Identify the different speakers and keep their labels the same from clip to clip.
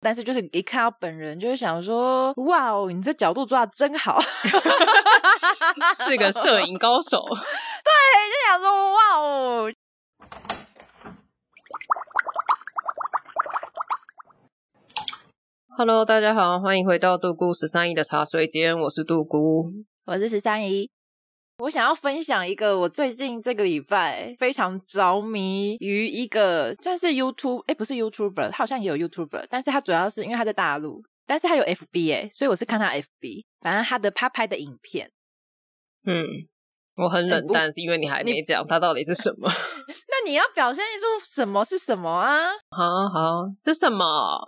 Speaker 1: 但是就是一看到本人，就会想说，哇哦，你这角度抓的真好。
Speaker 2: 是个摄影高手。
Speaker 1: 就想说，哇哦。
Speaker 2: Hello，大家好，欢迎回到杜姑十三姨的茶水间，我是杜姑。
Speaker 1: 我是十三姨，我想要分享一个我最近这个礼拜非常着迷于一个算是 YouTube，哎，不是 YouTuber，他好像也有 YouTuber，但是他主要是因为他在大陆，但是他有 FB 哎，所以我是看他 FB，反正他的他拍的影片，
Speaker 2: 嗯，我很冷
Speaker 1: 你不
Speaker 2: 淡，是因为哎你还没讲它到底是什么。
Speaker 1: 那你要表现出什么是什么啊？
Speaker 2: 好好，是什么？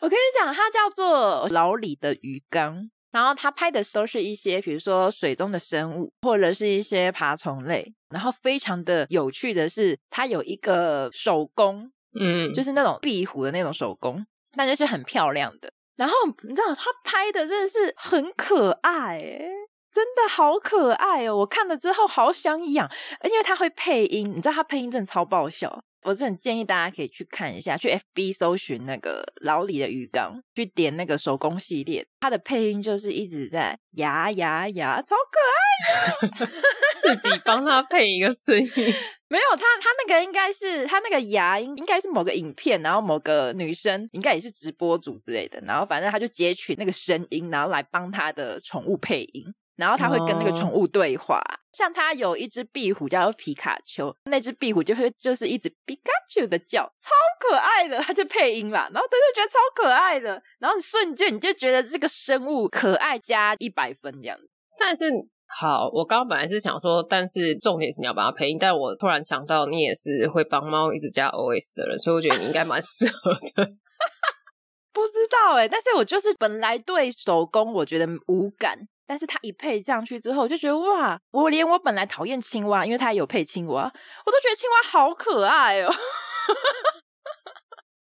Speaker 1: 我跟你讲，它叫做老李的鱼缸。然后他拍的都是一些，比如说水中的生物，或者是一些爬虫类。然后非常的有趣的是，它有一个手工，
Speaker 2: 嗯，
Speaker 1: 就是那种壁虎的那种手工，但就是很漂亮的。然后你知道他拍的真的是很可爱、诶真的好可爱哦！我看了之后好想养，而且他会配音，你知道他配音真的超爆笑。我是很建议大家可以去看一下，去 FB 搜寻那个老李的鱼缸，去点那个手工系列，他的配音就是一直在呀呀呀，超可爱。
Speaker 2: 自己帮他配一个声音。
Speaker 1: 没有他，他那个应该是他那个牙应应该是某个影片，然后某个女生应该也是直播主之类的，然后反正他就截取那个声音，然后来帮他的宠物配音，然后他会跟那个
Speaker 2: 哦
Speaker 1: 宠物对话。像他有一只壁虎叫做皮卡丘，那只壁虎就会就是一直皮卡丘的叫，超可爱的，他就配音啦，然后他就觉得超可爱的，然后瞬间你就觉得这个生物可爱加一百分这样子。
Speaker 2: 但是好，我刚刚本来是想说，但是重点是你要把它配音。但我突然想到，你也是会帮猫一直加 OS 的人，所以我觉得你应该蛮适合的。
Speaker 1: 不知道哎、但是我就是本来对手工我觉得无感，但是它一配上去之后，我就觉得哇，我连我本来讨厌青蛙，因为它有配青蛙，我都觉得青蛙好可爱哦、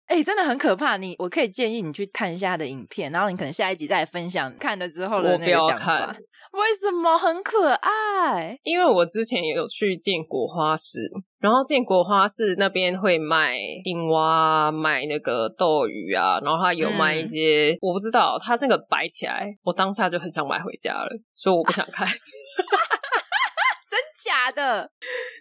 Speaker 1: 哎、真的很可怕。你，我可以建议你去看一下它的影片，然后你可能下一集再来分享看了之后的
Speaker 2: 我
Speaker 1: 那
Speaker 2: 不
Speaker 1: 个
Speaker 2: 要
Speaker 1: 想法
Speaker 2: 看。
Speaker 1: 为什么很可爱？
Speaker 2: 因为我之前也有去建国花市，然后建国花市那边会卖青蛙、啊卖那个斗鱼啊，然后它有卖一些，我不知道它那个摆起来，我当下就很想买回家了，所以我不想看。
Speaker 1: 真假的？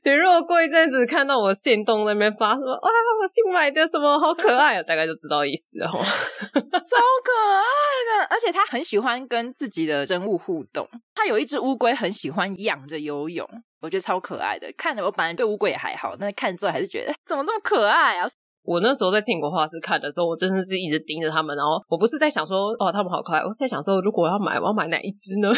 Speaker 2: 你如果过一阵子看到我现动那边发什么啊，我新买的什么好可爱啊，大概就知道意思了吼。
Speaker 1: 超可爱的，而且他很喜欢跟自己的生物互动。他有一只乌龟，很喜欢仰着游泳，我觉得超可爱的。看了我本来对乌龟也还好，但是看之后还是觉得 怎么这么可爱啊！
Speaker 2: 我那时候在建国画室看的时候，我真的是一直盯着他们，然后我不是在想说哦他们好可爱，我是在想说如果我要买，我要买哪一只呢？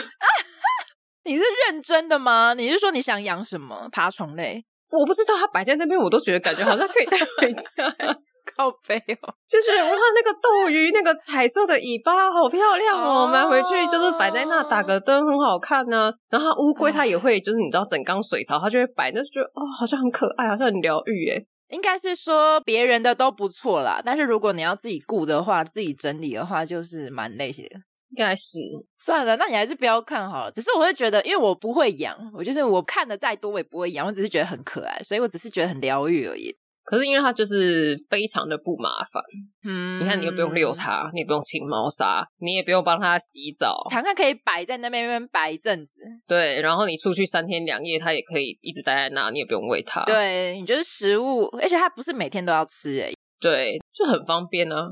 Speaker 1: 你是认真的吗？你是说你想养什么爬虫类？
Speaker 2: 我不知道它摆在那边，我都觉得感觉好像可以带回家，
Speaker 1: 靠背哦，
Speaker 2: 就是哇那个斗鱼那个彩色的尾巴好漂亮哦，
Speaker 1: 哦
Speaker 2: 买回去就是摆在那打个灯很好看呢、然后它乌龟它也会就是你知道整缸水槽它就会摆，那就觉得哦好像很可爱，好像很疗愈诶。
Speaker 1: 应该是说别人的都不错啦，但是如果你要自己顾的话，自己整理的话，就是蛮累些的。
Speaker 2: 应该是
Speaker 1: 算了，那你还是不要看好了。只是我会觉得，因为我不会养，我就是我看的再多我也不会养，我只是觉得很可爱，所以我只是觉得很疗愈而已。
Speaker 2: 可是因为它就是非常的不麻烦，
Speaker 1: 嗯
Speaker 2: 你看你又不用遛，它，你也不用清猫砂，你也不用帮它洗澡，
Speaker 1: 常常可以摆在那边那边摆一阵子。
Speaker 2: 对，然后你出去三天两夜，它也可以一直待在那，你也不用喂它，
Speaker 1: 对，你就是食物，而且它不是每天都要吃诶、
Speaker 2: 对，就很方便啊。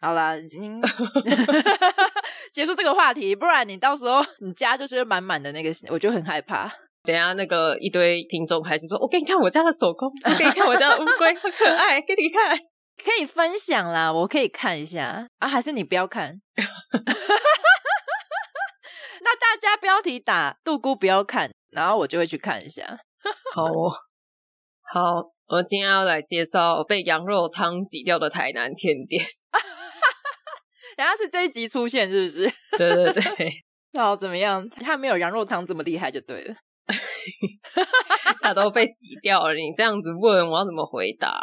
Speaker 1: 好啦，已 经结束这个话题，不然你到时候你家就是满满的那个，我就很害怕。
Speaker 2: 等一下那个一堆听众还是说，我给你看我家的手工，我给你看我家的乌龟，好可爱，给你看。
Speaker 1: 可以分享啦，我可以看一下啊，还是你不要看？ 那大家标题打“杜姑不要看”，然后我就会去看一下。
Speaker 2: 好哦，好，我今天要来介绍被羊肉汤挤掉的台南甜点。
Speaker 1: 然后是这一集出现，是不是？
Speaker 2: 对对对，
Speaker 1: 好，怎么样？它没有羊肉汤这么厉害就对了。
Speaker 2: 它都被挤掉了。你这样子问我要怎么回答、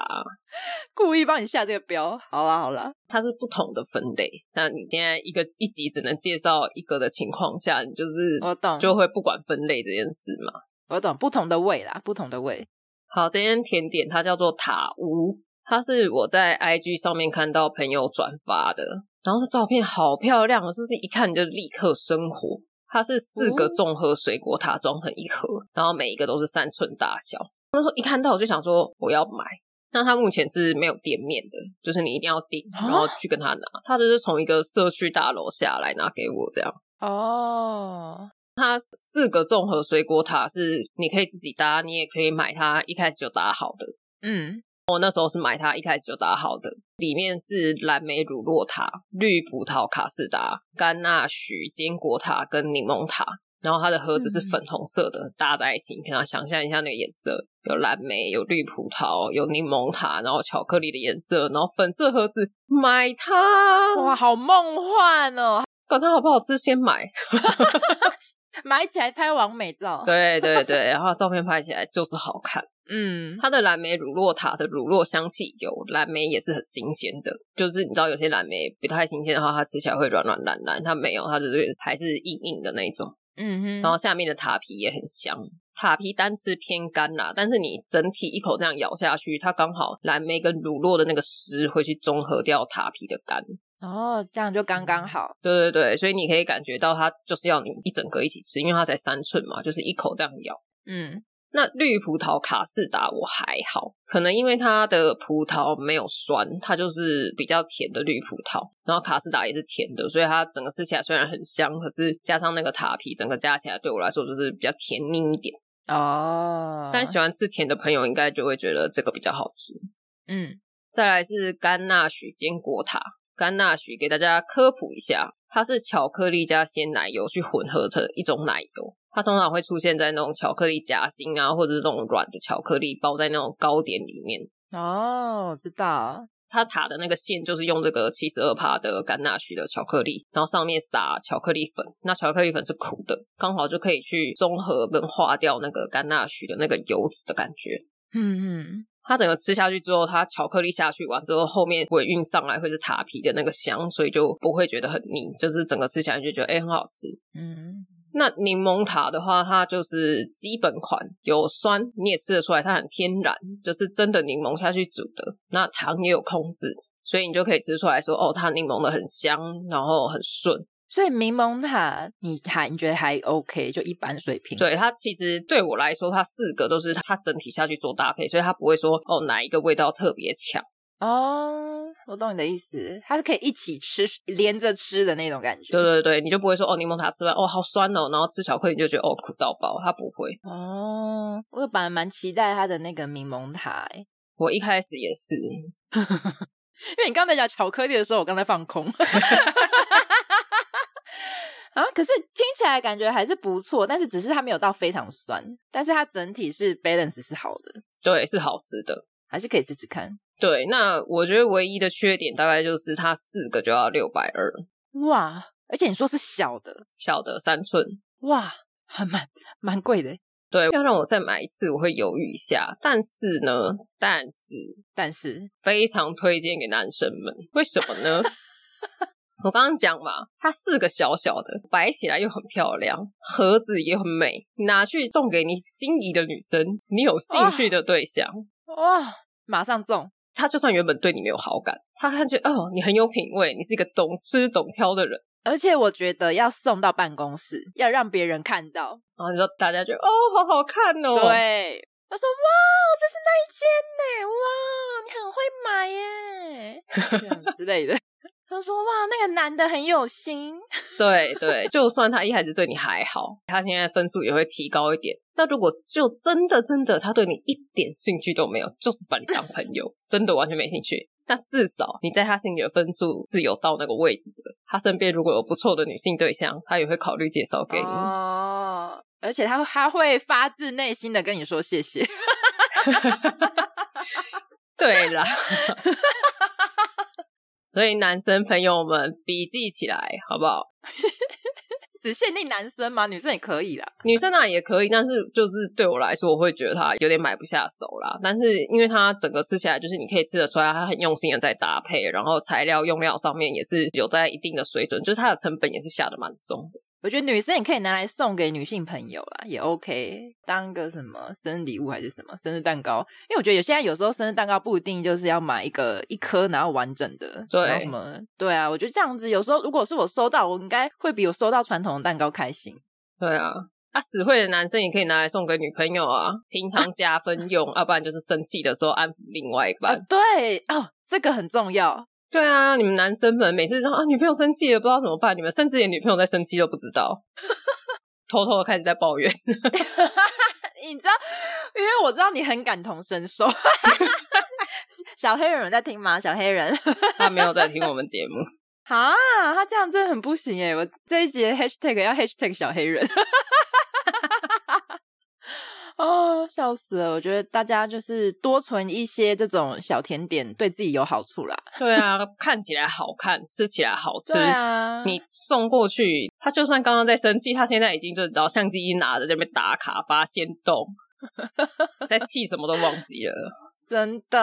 Speaker 1: 故意帮你下这个标，好啦好啦，
Speaker 2: 它是不同的分类。那你现在一个一集只能介绍一个的情况下，你就是
Speaker 1: 我懂，
Speaker 2: 就会不管分类这件事嘛。
Speaker 1: 我懂，不同的味啦，不同的味。
Speaker 2: 好，这间甜点它叫做塔屋，它是我在 IG 上面看到朋友转发的，然后那照片好漂亮，哦就是一看你就立刻生火。它是四个综合水果塔装成一盒，然后每一个都是三寸大小。那时候一看到我就想说我要买。那它目前是没有店面的，就是你一定要订，
Speaker 1: 啊
Speaker 2: 然后去跟他拿。他就是从一个社区大楼下来拿给我这样。
Speaker 1: 哦，
Speaker 2: 它四个综合水果塔是你可以自己搭，你也可以买它一开始就搭好的。
Speaker 1: 嗯，
Speaker 2: 我那时候是买它一开始就打好的，里面是蓝莓乳酪塔、绿葡萄卡士达、甘纳许坚果塔跟柠檬塔。然后它的盒子是粉红色的，搭在一起，你可以想象一下那个颜色，有蓝莓，有绿葡萄，有柠檬塔，然后巧克力的颜色，然后粉色盒子，买它！
Speaker 1: 哇，好梦幻哦！
Speaker 2: 管它好不好吃，先买。
Speaker 1: 买起来拍完美照，，
Speaker 2: 对对对，然后照片拍起来就是好看。
Speaker 1: 嗯，
Speaker 2: 它的蓝莓乳酪塔的乳酪香气有，蓝莓也是很新鲜的。就是你知道有些蓝莓不太新鲜的话，它吃起来会软软烂烂，它没有，它只是还是硬硬的那一种。
Speaker 1: 嗯
Speaker 2: 然
Speaker 1: 哼，
Speaker 2: 后下面的塔皮也很香，塔皮单吃偏干啦，但是你整体一口这样咬下去，它刚好蓝莓跟乳酪的那个湿会去中和掉塔皮的干。
Speaker 1: 哦，这样就刚刚好，
Speaker 2: 对对对，所以你可以感觉到它就是要你一整个一起吃，因为它才三寸嘛，就是一口这样咬。
Speaker 1: 嗯，
Speaker 2: 那绿葡萄卡士达我还好，可能因为它的葡萄没有酸，它就是比较甜的绿葡萄，然后卡士达也是甜的，所以它整个吃起来虽然很香，可是加上那个塔皮，整个加起来对我来说就是比较甜腻一点。
Speaker 1: 哦，
Speaker 2: 但喜欢吃甜的朋友应该就会觉得这个比较好吃。
Speaker 1: 嗯，
Speaker 2: 再来是甘纳许坚果塔，甘纳许给大家科普一下，它是巧克力加鲜奶油去混合成一种奶油。它通常会出现在那种巧克力夹心啊，或者是这种软的巧克力包在那种糕点里面。
Speaker 1: 哦，我知道，
Speaker 2: 它塔的那个馅就是用这个七十二帕的甘纳许的巧克力，然后上面撒巧克力粉。那巧克力粉是苦的，刚好就可以去中和跟化掉那个甘纳许的那个油脂的感觉。
Speaker 1: 嗯嗯，
Speaker 2: 它整个吃下去之后，它巧克力下去完之后，后面尾韵上来会是塔皮的那个香，所以就不会觉得很腻，就是整个吃起来就觉得哎、诶很好吃。
Speaker 1: 嗯，
Speaker 2: 那柠檬塔的话，它就是基本款，有酸你也吃得出来，它很天然，就是真的柠檬下去煮的。那糖也有控制，所以你就可以吃出来说，哦，它柠檬的很香，然后很顺，
Speaker 1: 所以柠檬塔你还你觉得还 OK，就一般水平，，
Speaker 2: 对它其实对我来说，它四个都是它整体下去做搭配，所以它不会说哦哪一个味道特别强。
Speaker 1: 哦，我懂你的意思，它是可以一起吃，连着吃的那种感觉，
Speaker 2: 对，对对，你就不会说哦，柠檬塔吃完哦好酸哦，然后吃巧克力就觉得哦苦到爆。它不会，
Speaker 1: 哦，我本来蛮期待它的那个柠檬塔、欸，
Speaker 2: 我一开始也是，
Speaker 1: 因为你刚才讲巧克力的时候，我刚才放空。 啊，可是听起来感觉还是不错，但是只是它没有到非常酸，但是它整体是 balance 是好的，
Speaker 2: 对，是好吃的。
Speaker 1: 还是可以试试看。
Speaker 2: 对，那我觉得唯一的缺点大概就是它四个就要六百二，
Speaker 1: 哇，而且你说是小的，
Speaker 2: 小的三寸。
Speaker 1: 哇，还蛮蛮贵的。
Speaker 2: 对，要让我再买一次，我会犹豫一下。但是呢，但是
Speaker 1: 但是，
Speaker 2: 非常推荐给男生们，为什么呢？ 我刚刚讲嘛，它四个小小的，摆起来又很漂亮，盒子也很美，拿去送给你心仪的女生，你有兴趣的对象。
Speaker 1: 哇，哦马上中，
Speaker 2: 他就算原本对你没有好感，他看见哦，你很有品味，你是一个懂吃懂挑的人，
Speaker 1: 而且我觉得要送到办公室，要让别人看到。
Speaker 2: 然后你说大家就哦，好好看哦，，
Speaker 1: 对，他说哇，这是那一间呢，哇，你很会买耶，这 样之类的。他说哇，那个男的很有心，
Speaker 2: 对对，就算他一开始对你还好，他现在分数也会提高一点。那如果就真的真的他对你一点兴趣都没有，就是把你当朋友，真的完全没兴趣，那至少你在他心里的分数是有到那个位置的。他身边如果有不错的女性对象，他也会考虑介绍给你。
Speaker 1: 哦，而且他他会发自内心的跟你说谢谢。
Speaker 2: 对啦。 所以男生朋友们笔记起来好不好？
Speaker 1: 只限定男生吗？女生也可以啦。
Speaker 2: 女生啊也可以，但是就是对我来说，我会觉得它有点买不下手啦。但是因为它整个吃起来，就是你可以吃得出来，它很用心的在搭配，然后材料用料上面也是有在一定的水准，就是它的成本也是下的蛮重的。
Speaker 1: 我觉得女生也可以拿来送给女性朋友啦，也 OK，当个什么生日礼物还是什么生日蛋糕。因为我觉得有现在有时候生日蛋糕不一定就是要买一个一颗然后完整的，
Speaker 2: 对
Speaker 1: 然后什么对啊，我觉得这样子有时候如果是我收到，我应该会比我收到传统的蛋糕开心。
Speaker 2: 对啊，啊，死会的男生也可以拿来送给女朋友啊，平常加分用，啊要、不然就是生气的时候安抚另外一
Speaker 1: 啊
Speaker 2: 半。，
Speaker 1: 对哦，这个很重要。
Speaker 2: 对啊，你们男生们每次说啊，女朋友生气了不知道怎么办，你们甚至连女朋友在生气都不知道， 偷偷的开始在抱怨。
Speaker 1: 你知道，因为我知道你很感同身受。 小黑人有在听吗？小黑人
Speaker 2: 他没有在听我们节目，
Speaker 1: 啊，他这样真的很不行哎！我这一节 hashtag 要 hashtag 小黑人。哦，笑死了！我觉得大家就是多存一些这种小甜点，对自己有好处啦。
Speaker 2: 对啊，看起来好看，吃起来好吃。
Speaker 1: 对啊，
Speaker 2: 你送过去，他就算刚刚在生气，他现在已经就找相机一拿着在那边打卡发先 动，在气什么都忘记了。
Speaker 1: 真的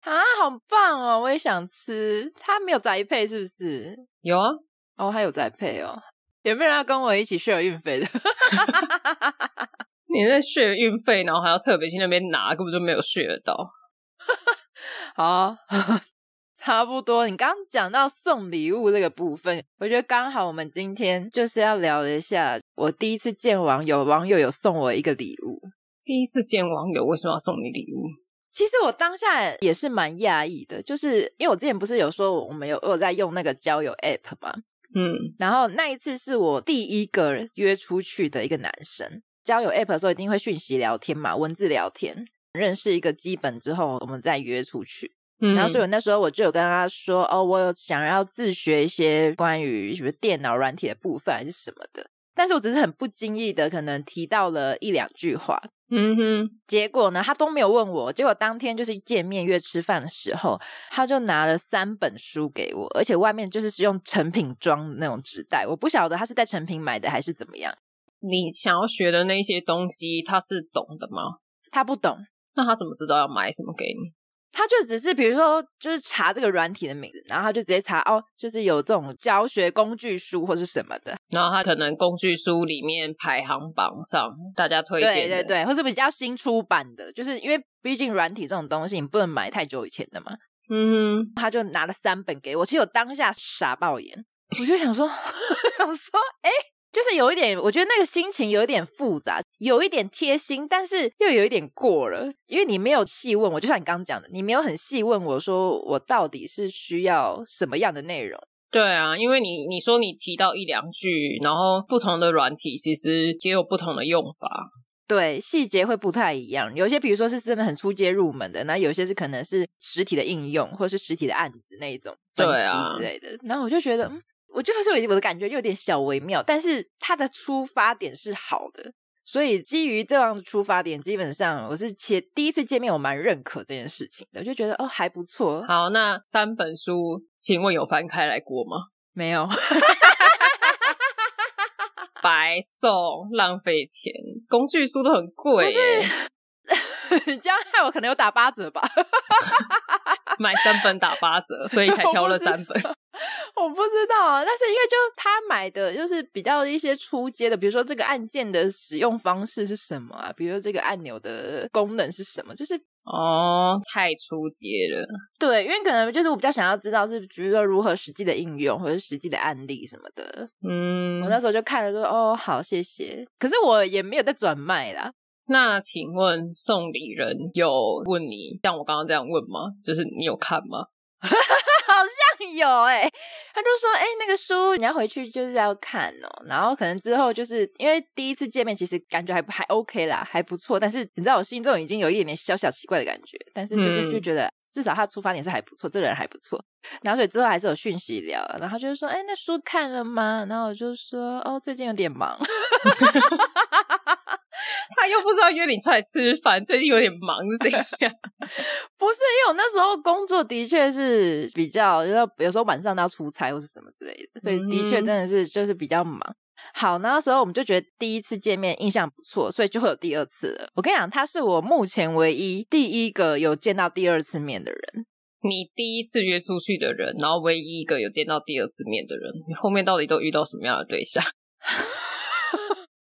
Speaker 1: 啊，好棒哦！我也想吃。他没有宅配是不是？
Speaker 2: 有啊，
Speaker 1: 哦，还有宅配哦，有没有人要跟我一起 share 运费的？
Speaker 2: 你那血运费，然后还要特别去那边拿，根本就没有血到。
Speaker 1: 好 啊、差不多。你刚刚讲到送礼物这个部分，我觉得刚好我们今天就是要聊一下，我第一次见网友，网友有送我一个礼物。
Speaker 2: 第一次见网友，为什么要送你礼物？
Speaker 1: 其实我当下也是蛮讶异的，就是因为我之前不是有说我们有我有在用那个交友 app 嘛，
Speaker 2: 嗯，
Speaker 1: 然后那一次是我第一个约出去的一个男生。交友 app 的时候一定会讯息聊天嘛，文字聊天，认识一个基本之后，我们再约出去。
Speaker 2: 嗯
Speaker 1: 然后所以我那时候我就有跟他说，哦，我有想要自学一些关于什么电脑软体的部分还是什么的，但是我只是很不经意的可能提到了一两句话，
Speaker 2: 嗯哼，
Speaker 1: 结果呢，他都没有问我。结果当天就是见面约吃饭的时候，他就拿了三本书给我，而且外面就是是用成品装的那种纸袋，我不晓得他是在成品买的还是怎么样，
Speaker 2: 你想要学的那些东西，他是懂的吗？
Speaker 1: 他不懂。
Speaker 2: 那他怎么知道要买什么给你？
Speaker 1: 他就只是比如说，就是查这个软体的名字，然后他就直接查哦，就是有这种教学工具书或是什么的，
Speaker 2: 然后他可能工具书里面排行榜上大家推
Speaker 1: 对
Speaker 2: 荐
Speaker 1: 对
Speaker 2: 的，
Speaker 1: 对，或是比较新出版的，就是因为毕竟软体这种东西你不能买太久以前的嘛。
Speaker 2: 嗯哼，
Speaker 1: 他就拿了三本给我，其实我当下傻爆眼，我就想说， 想说，哎、就是有一点，我觉得那个心情有一点复杂，有一点贴心，但是又有一点过了，因为你没有细问我，就像你刚刚讲的，你没有很细问我说我到底是需要什么样的内容。
Speaker 2: 对啊，因为你你说你提到一两句，然后不同的软体其实也有不同的用法，
Speaker 1: 对，细节会不太一样。有些比如说是真的很初阶入门的，那有些是可能是实体的应用，或是实体的案子那一种分
Speaker 2: 对啊
Speaker 1: 析之类的。然后我就觉得，嗯，我就是我的感觉有点小微妙，但是它的出发点是好的，所以基于这样的出发点，基本上我是且第一次见面，我蛮认可这件事情的，我就觉得哦还不错。
Speaker 2: 好，那三本书，请问有翻开来过吗？
Speaker 1: 没有，
Speaker 2: 白送，浪费钱，工具书都很贵耶，
Speaker 1: 这样害我可能有打八折吧。
Speaker 2: 买三本打八折，所以才挑了三本。
Speaker 1: 我不知道啊，但是因为就他买的就是比较一些初阶的，比如说这个按键的使用方式是什么啊，比如说这个按钮的功能是什么，就是
Speaker 2: 哦，太出街了。
Speaker 1: 对，因为可能就是我比较想要知道是比如说如何实际的应用或者实际的案例什么的。
Speaker 2: 嗯
Speaker 1: 我，那时候就看了说哦好谢谢，可是我也没有在转卖啦。
Speaker 2: 那请问送礼人有问你像我刚刚这样问吗？就是你有看吗？
Speaker 1: 有哎、他就说哎、那个书你要回去就是要看哦，然后可能之后就是因为第一次见面，其实感觉还还 OK 啦，还不错。但是你知道我心中已经有一点点小小奇怪的感觉，但是就是
Speaker 2: 嗯
Speaker 1: 就觉得至少他出发点是还不错，这个人还不错。然后所以之后还是有讯息聊，然后他就是说哎、那书看了吗？然后我就说哦最近有点忙，
Speaker 2: 他又不知道约你出来吃饭，最近有点忙是这样。
Speaker 1: 不是因为我那时候工作的确是比较，就是有时候晚上都要出差或是什么之类的，所以的确真的是就是比较忙。好，那时候我们就觉得第一次见面印象不错，所以就会有第二次了。我跟你讲，他是我目前唯一第一个有见到第二次面的人。
Speaker 2: 你第一次约出去的人，然后唯一一个有见到第二次面的人，你后面到底都遇到什么样的对象？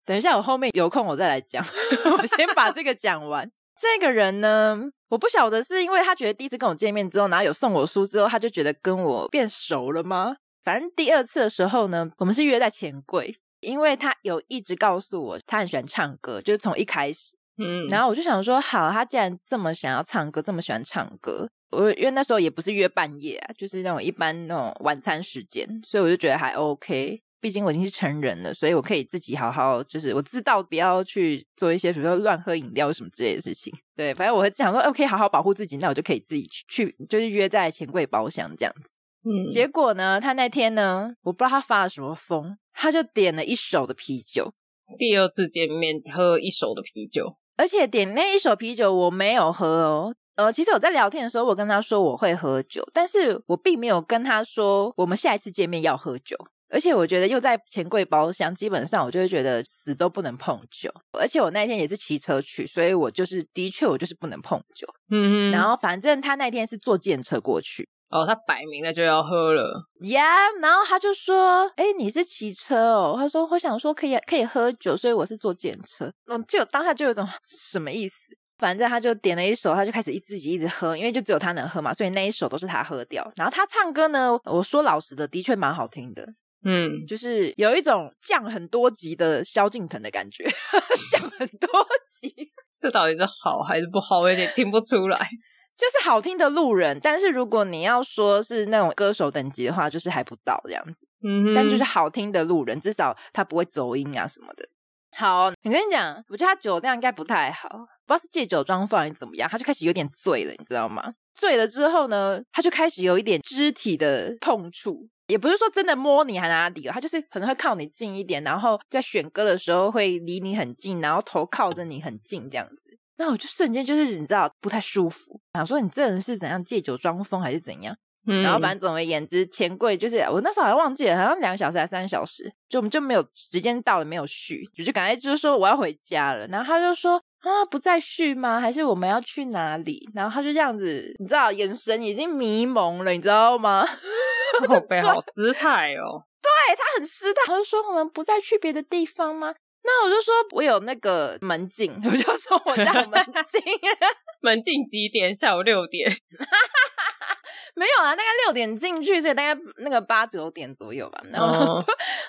Speaker 1: 等一下，我后面有空我再来讲， 我先把这个讲完。这个人呢，我不晓得是因为他觉得第一次跟我见面之后，然后有送我书之后，他就觉得跟我变熟了吗？反正第二次的时候呢，我们是约在钱柜，因为他有一直告诉我他很喜欢唱歌，就是从一开始。
Speaker 2: 嗯，
Speaker 1: 然后我就想说，好，他既然这么想要唱歌，这么喜欢唱歌，我因为那时候也不是约半夜啊，就是那种一般那种晚餐时间，所以我就觉得还 OK。毕竟我已经是成人了，所以我可以自己好好，就是我知道不要去做一些，比如说乱喝饮料什么之类的事情。对，反正我会想说，哎我可以好好保护自己，那我就可以自己去，去就是约在钱柜包厢这样子。
Speaker 2: 嗯，
Speaker 1: 结果呢，他那天呢，我不知道他发了什么疯，他就点了一手的啤酒，
Speaker 2: 第二次见面喝一手的啤酒，
Speaker 1: 而且点那一手啤酒我没有喝哦。呃，其实我在聊天的时候，我跟他说我会喝酒，但是我并没有跟他说我们下一次见面要喝酒。而且我觉得又在钱柜包厢，基本上我就会觉得死都不能碰酒。而且我那天也是骑车去，所以我就是的确我就是不能碰酒。
Speaker 2: 嗯哼，
Speaker 1: 然后反正他那天是坐电车过去，
Speaker 2: 哦，他摆明了就要喝了，
Speaker 1: Yeah，然后他就说：“哎、你是骑车哦？”他说：“我想说可以可以喝酒，所以我是坐电车。”嗯，就有当下就有一种什么意思？反正他就点了一首，他就开始一自己一直喝，因为就只有他能喝嘛，所以那一首都是他喝掉。然后他唱歌呢，我说老实的，的确蛮好听的，
Speaker 2: 嗯，
Speaker 1: 就是有一种降很多级的萧敬腾的感觉， 降很多级。
Speaker 2: 这到底是好还是不好，我有点听不出来。
Speaker 1: 就是好听的路人，但是如果你要说是那种歌手等级的话，就是还不到这样子。
Speaker 2: 嗯 哼，
Speaker 1: 但就是好听的路人，至少他不会走音啊什么的。好，我跟你讲，我觉得他酒量应该不太好，不知道是借酒装疯还是怎么样，他就开始有点醉了，你知道吗？醉了之后呢，他就开始有一点肢体的碰触，也不是说真的摸你还哪里了，他就是可能会靠你近一点，然后在选歌的时候会离你很近，然后头靠着你很近这样子。那我就瞬间就是你知道不太舒服，想说你这人是怎样借酒装疯还是怎样？
Speaker 2: 嗯，
Speaker 1: 然后反正总而言之，钱柜就是我那时候好像忘记了，好像两个小时还是三小时，就我们就没有时间到了，没有续，我就赶快就是说我要回家了，然后他就说啊不再续吗？还是我们要去哪里？然后他就这样子，你知道眼神已经迷蒙了，你知道吗？
Speaker 2: 后背好失态哦，
Speaker 1: 对他很失态，他就说我们不再去别的地方吗？那我就说我有那个门禁，我就说我家 有门禁。
Speaker 2: 门禁几点？下午六点。
Speaker 1: 没有啦，大概六点进去，所以大概那个八九点左右吧。然后我说，
Speaker 2: 哦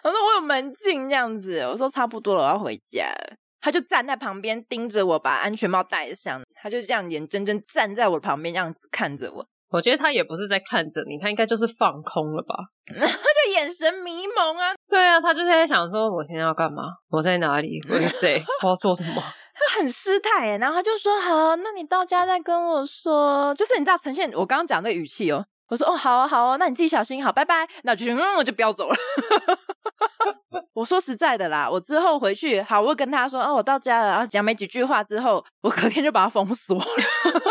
Speaker 1: 我说我有门禁这样子，我说差不多了，我要回家了。他就站在旁边盯着我，把安全帽戴上，他就这样眼睁睁站在我旁边，这样子看着我，
Speaker 2: 我觉得他也不是在看着你，他应该就是放空了吧？
Speaker 1: 他就眼神迷蒙啊，
Speaker 2: 对啊，他就是在想说，我现在要干嘛？我在哪里？我是 谁？我要做什么？
Speaker 1: 他很失态耶。然后他就说：“好，那你到家再跟我说。”就是你知道呈现我刚刚讲那个语气哦。我说：“哦，好啊，好啊，那你自己小心，好，拜拜。”那我就嗯，我就飙走了。 我说实在的啦，我之后回去，好，我跟他说，哦，我到家了，然后讲没几句话之后，我隔天就把他封锁了。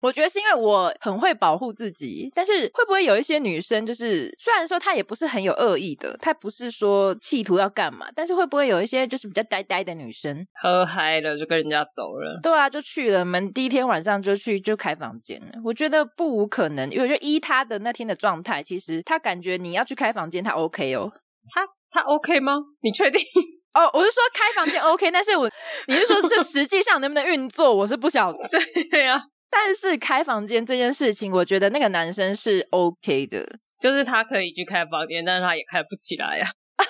Speaker 1: 我觉得是因为我很会保护自己，但是会不会有一些女生，就是虽然说她也不是很有恶意的，她不是说企图要干嘛，但是会不会有一些就是比较呆呆的女生，
Speaker 2: 喝嗨了就跟人家走了。
Speaker 1: 对啊，就去了。我们第一天晚上就去就开房间了。我觉得不无可能，因为我觉得依他的那天的状态，其实他感觉你要去开房间，他 OK 哦。
Speaker 2: 他他 OK 吗？你确定？
Speaker 1: 哦，我是说开房间 OK，但是我你是说这实际上能不能运作，我是不晓得。
Speaker 2: 对啊，
Speaker 1: 但是开房间这件事情，我觉得那个男生是 OK 的，
Speaker 2: 就是他可以去开房间，但是他也开不起来呀、啊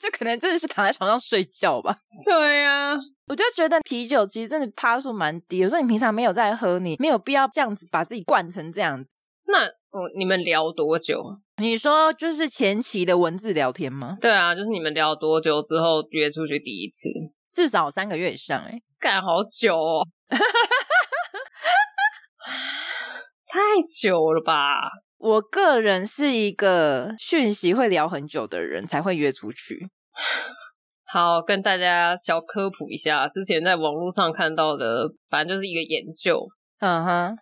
Speaker 1: 就可能真的是躺在床上睡觉吧。
Speaker 2: 对呀、啊，
Speaker 1: 我就觉得啤酒其实真的趴数蛮低的，有时候你平常没有在喝，你没有必要这样子把自己灌成这样子。
Speaker 2: 那我你们聊多久？
Speaker 1: 你说就是前期的文字聊天吗？
Speaker 2: 对啊，就是你们聊多久之后约出去第一次？
Speaker 1: 至少三个月以上哎、
Speaker 2: 干好久哦， 太久了吧？
Speaker 1: 我个人是一个讯息会聊很久的人，才会约出去。
Speaker 2: 好，跟大家小科普一下，之前在网络上看到的，反正就是一个研究，
Speaker 1: 嗯哼，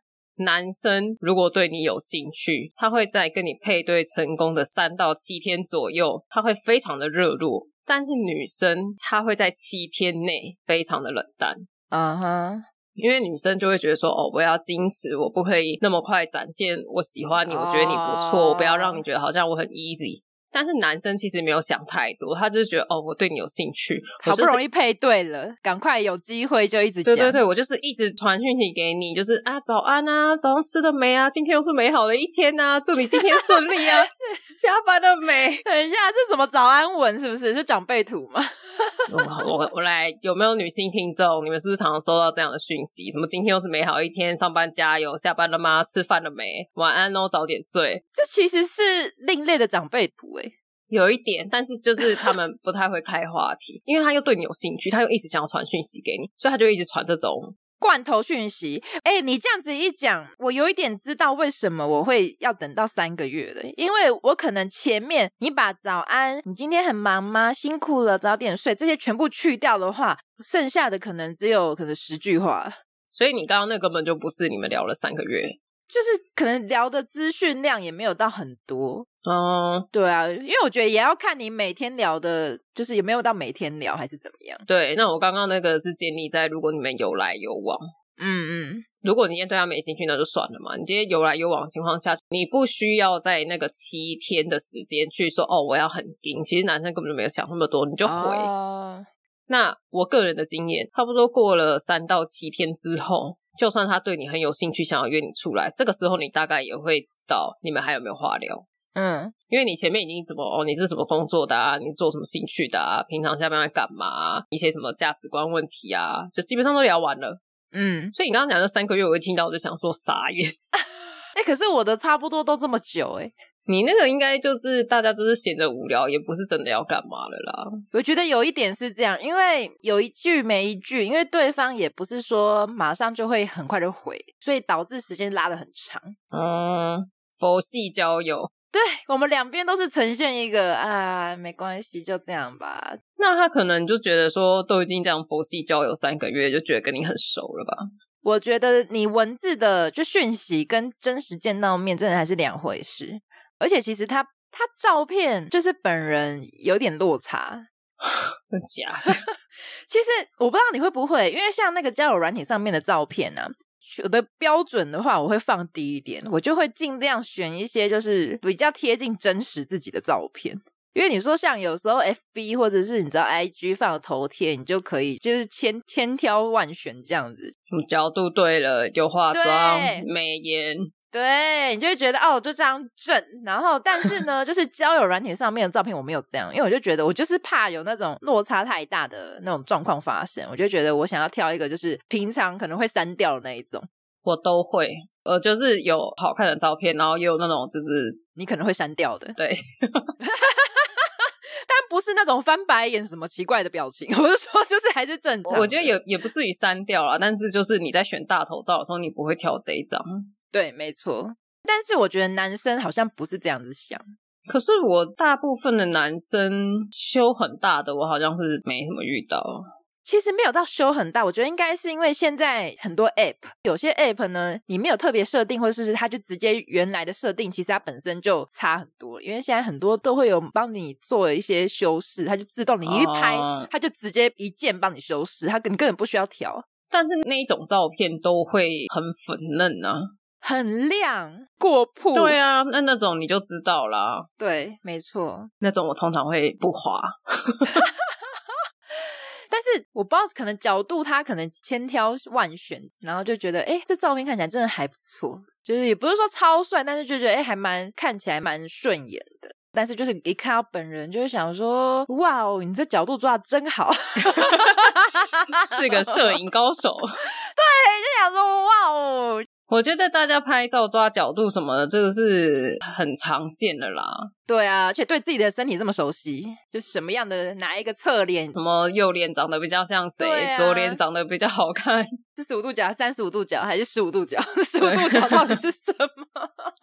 Speaker 2: 男生如果对你有兴趣，他会在跟你配对成功的三到七天左右，他会非常的热络；但是女生，她会在七天内非常的冷淡。
Speaker 1: 嗯哼，
Speaker 2: 因为女生就会觉得说，哦，我要矜持，我不可以那么快展现我喜欢你，我觉得你不错，
Speaker 1: 哦
Speaker 2: 我不要让你觉得好像我很 easy。但是男生其实没有想太多，他就是觉得哦，我对你有兴趣，
Speaker 1: 好不容
Speaker 2: 易，
Speaker 1: 易配对了，赶快有机会就一直讲。
Speaker 2: 对对对，我就是一直传讯息给你，就是啊，早安啊，早上吃了没啊？今天又是美好的一天呐、祝你今天顺利啊，下班了没？
Speaker 1: 等一下，这什么早安文是不是？是长辈图吗？
Speaker 2: 我我我来，有没有女性听众？你们是不是常常收到这样的讯息？什么今天又是美好一天，上班加油，下班了吗？吃饭了没？晚安哦，早点睡。
Speaker 1: 这其实是另类的长辈图欸诶、
Speaker 2: 有一点，但是就是他们不太会开话题，因为他又对你有兴趣，他又一直想要传讯息给你，所以他就一直传这种。
Speaker 1: 罐头讯息，哎、你这样子一讲，我有一点知道为什么我会要等到三个月了，因为我可能前面你把早安，你今天很忙吗？辛苦了，早点睡这些全部去掉的话，剩下的可能只有可能十句话，
Speaker 2: 所以你刚刚那根本就不是你们聊了三个月。
Speaker 1: 就是可能聊的资讯量也没有到很多。
Speaker 2: 嗯，
Speaker 1: 对啊，因为我觉得也要看你每天聊的，就是有没有到每天聊还是怎么样。
Speaker 2: 对。那我刚刚那个是建立在如果你们有来有往。
Speaker 1: 嗯嗯，
Speaker 2: 如果你今天对他没兴趣，那就算了嘛。你今天有来有往的情况下，你不需要在那个七天的时间去说哦，我要很硬。其实男生根本就没有想那么多，你就回。
Speaker 1: 哦
Speaker 2: 那我个人的经验，差不多过了三到七天之后，就算他对你很有兴趣，想要约你出来，这个时候你大概也会知道你们还有没有话聊。
Speaker 1: 嗯
Speaker 2: 因为你前面已经怎么哦，你是什么工作的啊？你做什么兴趣的啊？平常下班在干嘛、啊？一些什么价值观问题啊，就基本上都聊完了。
Speaker 1: 嗯，
Speaker 2: 所以你刚刚讲这三个月，我一听到我就想说傻眼。
Speaker 1: 哎、可是我的差不多都这么久哎、
Speaker 2: 你那个应该就是大家就是闲着无聊，也不是真的要干嘛了啦。
Speaker 1: 我觉得有一点是这样，因为有一句没一句，因为对方也不是说马上就会很快就回，所以导致时间拉得很长。
Speaker 2: 嗯，佛系交友。
Speaker 1: 对我们两边都是呈现一个啊，没关系，就这样吧。
Speaker 2: 那他可能就觉得说，都已经这样佛系交友三个月，就觉得跟你很熟了吧？
Speaker 1: 我觉得你文字的就讯息跟真实见到面，真的还是两回事。而且其实他他照片就是本人有点落差，
Speaker 2: 真假的？
Speaker 1: 其实我不知道你会不会，因为像那个交友软体上面的照片啊，我的标准的话，我会放低一点，我就会尽量选一些就是比较贴近真实自己的照片。因为你说像有时候 F B 或者是你知道 I G 放的头贴，你就可以就是千千挑万选这样子，
Speaker 2: 什么角度对了，有化妆
Speaker 1: 对、
Speaker 2: 美颜，
Speaker 1: 对你就会觉得哦，就这样正。然后但是呢，就是交友软体上面的照片我没有这样，因为我就觉得我就是怕有那种落差太大的那种状况发生，我就觉得我想要挑一个就是平常可能会删掉的那一种，
Speaker 2: 我都会。呃，就是有好看的照片，然后也有那种就是
Speaker 1: 你可能会删掉的，
Speaker 2: 对，
Speaker 1: 但不是那种翻白眼什么奇怪的表情， 我是说就是还是正常的。
Speaker 2: 我觉得也也不至于删掉了，但是就是你在选大头照的时候，你不会挑这一张。
Speaker 1: 对，没错。但是我觉得男生好像不是这样子想，
Speaker 2: 可是我大部分的男生修很大的，我好像是没什么遇到。
Speaker 1: 其实没有到修很大，我觉得应该是因为现在很多 app，有些 app 呢，你没有特别设定，或者是它就直接原来的设定，其实它本身就差很多。因为现在很多都会有帮你做一些修饰，它就自动你一拍，
Speaker 2: 哦
Speaker 1: 它就直接一键帮你修饰，它根你根本不需要调，
Speaker 2: 但是那一种照片都会很粉嫩啊。
Speaker 1: 很亮过曝。
Speaker 2: 对啊，那那种你就知道啦。
Speaker 1: 对，没错。
Speaker 2: 那种我通常会不滑。
Speaker 1: 但是我不知道，可能角度他可能千挑万选，然后就觉得，哎，这照片看起来真的还不错，就是也不是说超帅，但是就觉得，哎，还蛮看起来蛮顺眼的。但是就是一看到本人，就会想说，哇哦，你这角度抓的真好，
Speaker 2: 是个摄影高手。
Speaker 1: 就想说，哇哦，
Speaker 2: 我觉得大家拍照抓角度什么的，这个是很常见的啦。
Speaker 1: 对啊，而且对自己的身体这么熟悉，就什么样的哪一个侧脸，
Speaker 2: 什么右脸长得比较像
Speaker 1: 对
Speaker 2: 谁，
Speaker 1: 啊
Speaker 2: 左脸长得比较好 看，
Speaker 1: 四十五度角、三十五度角还是十五度角，十五度角到底是什么？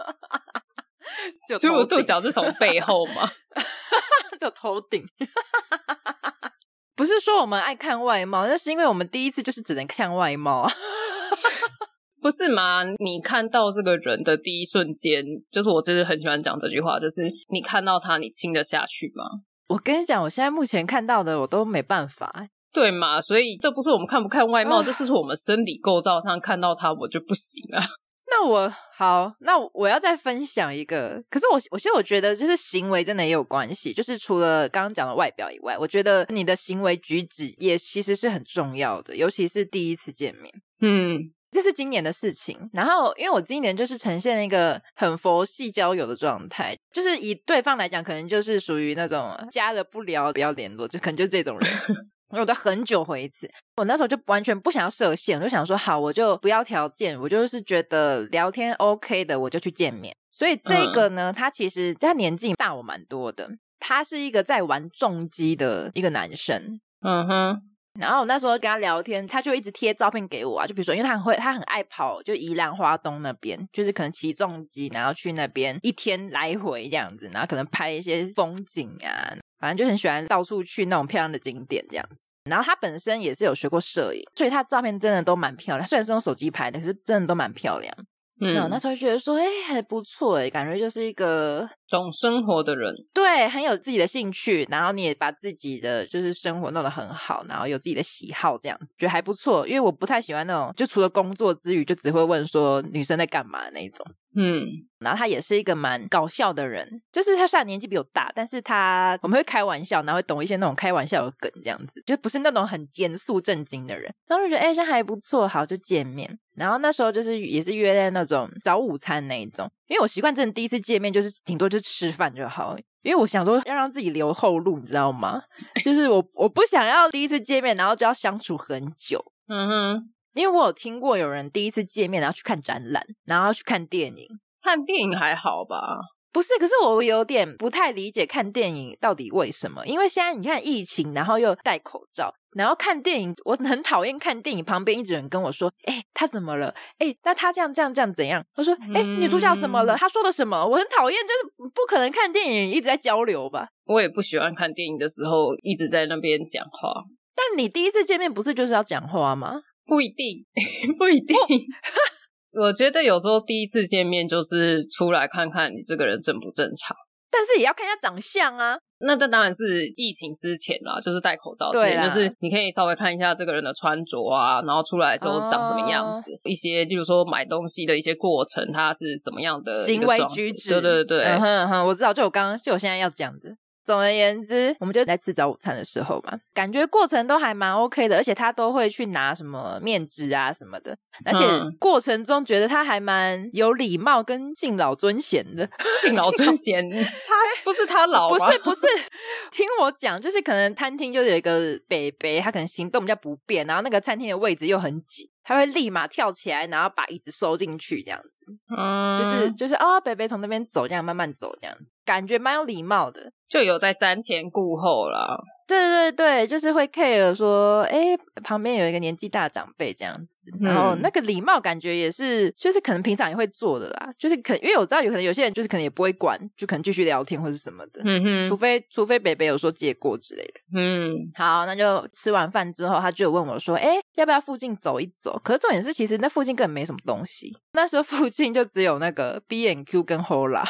Speaker 1: 只有
Speaker 2: 十五
Speaker 1: 头顶
Speaker 2: 度角是从背后 嘛。
Speaker 1: 走头顶。 不是说我们爱看外貌，那是因为我们第一次就是只能看外貌啊。
Speaker 2: 不是吗？你看到这个人的第一瞬间，就是我就是很喜欢讲这句话，就是你看到他，你亲得下去吗？
Speaker 1: 我跟你讲，我现在目前看到的我都没办法，欸
Speaker 2: 对嘛？所以这不是我们看不看外貌，这是我们生理构造上看到它我就不行 啊。
Speaker 1: 那我好，那我要再分享一个。可是我，我其实我觉得，就是行为真的也有关系。就是除了刚刚讲的外表以外，我觉得你的行为举止也其实是很重要的，尤其是第一次见面。
Speaker 2: 嗯，
Speaker 1: 这是今年的事情。然后，因为我今年就是呈现一个很佛系交友的状态，就是以对方来讲，可能就是属于那种加了不聊，不要联络，就可能就这种人。我都很久回一次，我那时候就完全不想要设限，我就想说好，我就不要条件，我就是觉得聊天 OK 的，我就去见面。所以这个呢，他其实他年纪大我蛮多的，他是一个在玩重机的一个男生。
Speaker 2: 嗯哼，
Speaker 1: 然后我那时候跟他聊天，他就一直贴照片给我啊，就比如说，因为他很会，他很爱跑，就宜兰花东那边，就是可能骑重机，然后去那边一天来回这样子，然后可能拍一些风景啊，反正就很喜欢到处去那种漂亮的景点这样子。然后他本身也是有学过摄影，所以他照片真的都蛮漂亮，虽然是用手机拍的，可是真的都蛮漂亮。那我
Speaker 2: 嗯，
Speaker 1: 那时候就觉得说，哎、还不错哎，感觉就是一个
Speaker 2: 懂生活的人，
Speaker 1: 对，很有自己的兴趣，然后你也把自己的就是生活弄得很好，然后有自己的喜好，这样子觉得还不错。因为我不太喜欢那种，就除了工作之余，就只会问说女生在干嘛的那一种。
Speaker 2: 嗯
Speaker 1: 然后他也是一个蛮搞笑的人，就是他虽然年纪比我大，但是他我们会开玩笑，然后会懂一些那种开玩笑的梗，这样子，就不是那种很严肃正经的人。然后就觉得哎，这、还不错，好就见面。然后那时候就是也是约在那种早午餐那一种，因为我习惯真的第一次见面就是顶多就吃饭就好，因为我想说要让自己留后路，你知道吗？ 就是我我不想要第一次见面，然后就要相处很久。
Speaker 2: 嗯哼，
Speaker 1: 因为我有听过有人第一次见面，然后去看展览，然后去看电影，
Speaker 2: 看电影还好吧？
Speaker 1: 不是，可是我有点不太理解看电影到底为什么，因为现在你看疫情，然后又戴口罩，然后看电影，我很讨厌看电影旁边一直有人跟我说：“哎、他怎么了？哎、那他这样这样这样怎样？”我说：“哎、
Speaker 2: 嗯
Speaker 1: 女主角怎么了？她说的什么？”我很讨厌，就是不可能看电影一直在交流吧。
Speaker 2: 我也不喜欢看电影的时候一直在那边讲话，
Speaker 1: 但你第一次见面不是就是要讲话吗？
Speaker 2: 不一定， 不一定。
Speaker 1: 哦
Speaker 2: 我觉得有时候第一次见面就是出来看看你这个人正不正常。
Speaker 1: 但是也要看一下长相啊。
Speaker 2: 那这当然是疫情之前啦，就是戴口罩之
Speaker 1: 对
Speaker 2: 前，
Speaker 1: 啦
Speaker 2: 就是你可以稍微看一下这个人的穿着啊，然后出来的时候长什么样子，
Speaker 1: 哦
Speaker 2: 一些例如说买东西的一些过程，他是什么样的一
Speaker 1: 行
Speaker 2: 个
Speaker 1: 为
Speaker 2: 状态
Speaker 1: 举止，
Speaker 2: 对对对，
Speaker 1: 嗯 哼嗯哼，我知道，就我刚刚，就我现在要讲的。总而言之，我们就在吃早午餐的时候嘛，感觉过程都还蛮 OK 的，而且他都会去拿什么面纸啊什么的，而且
Speaker 2: 嗯
Speaker 1: 过程中觉得他还蛮有礼貌跟敬老尊贤的。
Speaker 2: 敬老尊贤，他 不是他老啊
Speaker 1: 不
Speaker 2: 吗？
Speaker 1: 是不是，听我讲，就是可能餐厅就有一个北北，他可能行动比较不便，然后那个餐厅的位置又很挤，他会立马跳起来，然后把椅子收进去这样子。
Speaker 2: 嗯，
Speaker 1: 就是就是哦，北北从那边走，这样慢慢走，这样子感觉蛮有礼貌的。
Speaker 2: 就有在瞻前顾后啦。
Speaker 1: 对对对，就是会 care 说，哎，旁边有一个年纪大长辈这样子，然后
Speaker 2: 嗯
Speaker 1: 那个礼貌感觉也是，就是可能平常也会做的啦，就是可因为我知道有可能有些人就是可能也不会管，就可能继续聊天或是什么的，
Speaker 2: 嗯
Speaker 1: 除
Speaker 2: 哼，
Speaker 1: 非除非北北有说借过之类的。
Speaker 2: 嗯，
Speaker 1: 好，那就吃完饭之后，他就有问我说：“哎，要不要附近走一走？”可是重点是，其实那附近根本没什么东西，那时候附近就只有那个 B N Q 跟 Hola。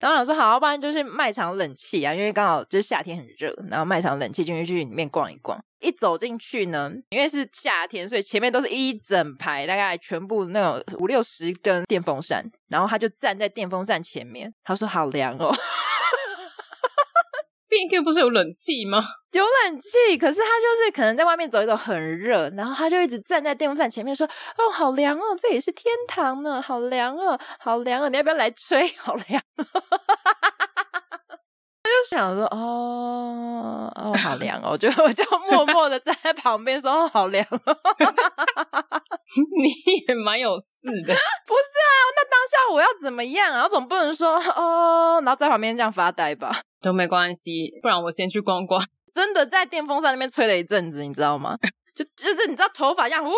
Speaker 1: 然后 我想说好，要不然就是卖场冷气啊，因为刚好就是夏天很热，然后卖场冷气进去去里面逛一逛。一走进去呢，因为是夏天，所以前面都是一整排，大概全部那种五六十根电风扇，然后他就站在电风扇前面，他说好凉哦，
Speaker 2: B Q 不是有冷气吗？
Speaker 1: 有冷气，可是他就是可能在外面走一走很热，然后他就一直站在电风扇前面说：“哦，好凉哦，这也是天堂呢，好凉哦，好凉哦，你要不要来吹？ 好凉。”我就想说：“哦，哦，好凉哦。”我就 我就默默的站在旁边说：“哦，好凉哦。”
Speaker 2: 你也蛮有事的。
Speaker 1: 不是啊，那当下我要怎么样啊？然后总不能说哦，然后在旁边这样发呆吧。
Speaker 2: 都没关系，不然我先去逛逛。
Speaker 1: 真的在电风扇那边吹了一阵子，你知道吗？ 就就是你知道头发这样，哇、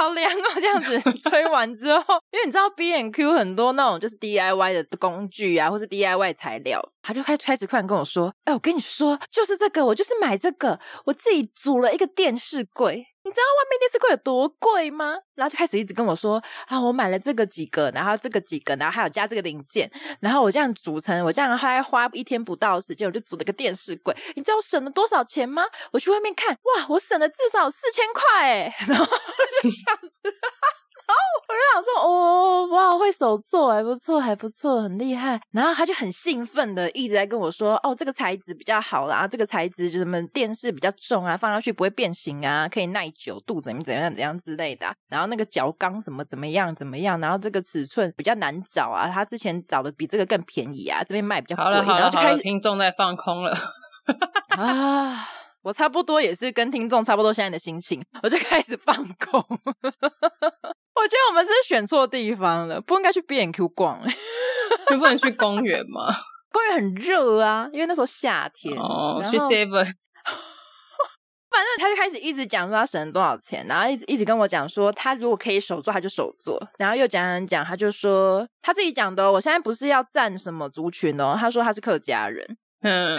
Speaker 1: 好凉哦，这样子 吹完之后，因为你知道 B N Q 很多那种就是 D I Y 的工具啊，或是 D I Y 材料，他就开开始突然跟我说：“哎、我跟你说，就是这个，我就是买这个，我自己组了一个电视柜。”你知道外面电视柜有多贵吗？然后就开始一直跟我说啊，我买了这个几个，然后这个几个，然后还有加这个零件，然后我这样组成，我这样还花一天不到的时间，我就组了个电视柜。你知道我省了多少钱吗？我去外面看，哇，我省了至少四千块哎， 然后就这样子。 我就想说，哦，哇，会手做，还不错，还不错，很厉害。然后他就很兴奋的一直在跟我说，哦，这个材质比较好啦，这个材质就是什么电视比较重啊，放上去不会变形啊，可以耐久度怎么怎么样怎样之类的啊、然后那个角钢什么怎么样怎么样，然后这个尺寸比较难找啊，他之前找的比这个更便宜啊，这边卖比较贵，
Speaker 2: 好了
Speaker 1: 然
Speaker 2: 好
Speaker 1: 后
Speaker 2: 了
Speaker 1: 就
Speaker 2: 好
Speaker 1: 开
Speaker 2: 了，
Speaker 1: 始
Speaker 2: 听众在放空了。
Speaker 1: 啊。我差不多也是跟听众差不多现在的心情，我就开始放空。我觉得我们是选错地方了，不应该去 B N Q 逛、欸。
Speaker 2: 就不能去公园吗？
Speaker 1: 公园很热啊，因为那时候夏天。
Speaker 2: 哦，
Speaker 1: 然
Speaker 2: 去
Speaker 1: 后
Speaker 2: Seven
Speaker 1: 反正他就开始一直讲说他省了多少钱，然后一直一直跟我讲说他如果可以手做他就手做，然后又讲讲讲，他就说他自己讲的、哦，我现在不是要站什么族群哦，他说他是客家人。
Speaker 2: 嗯，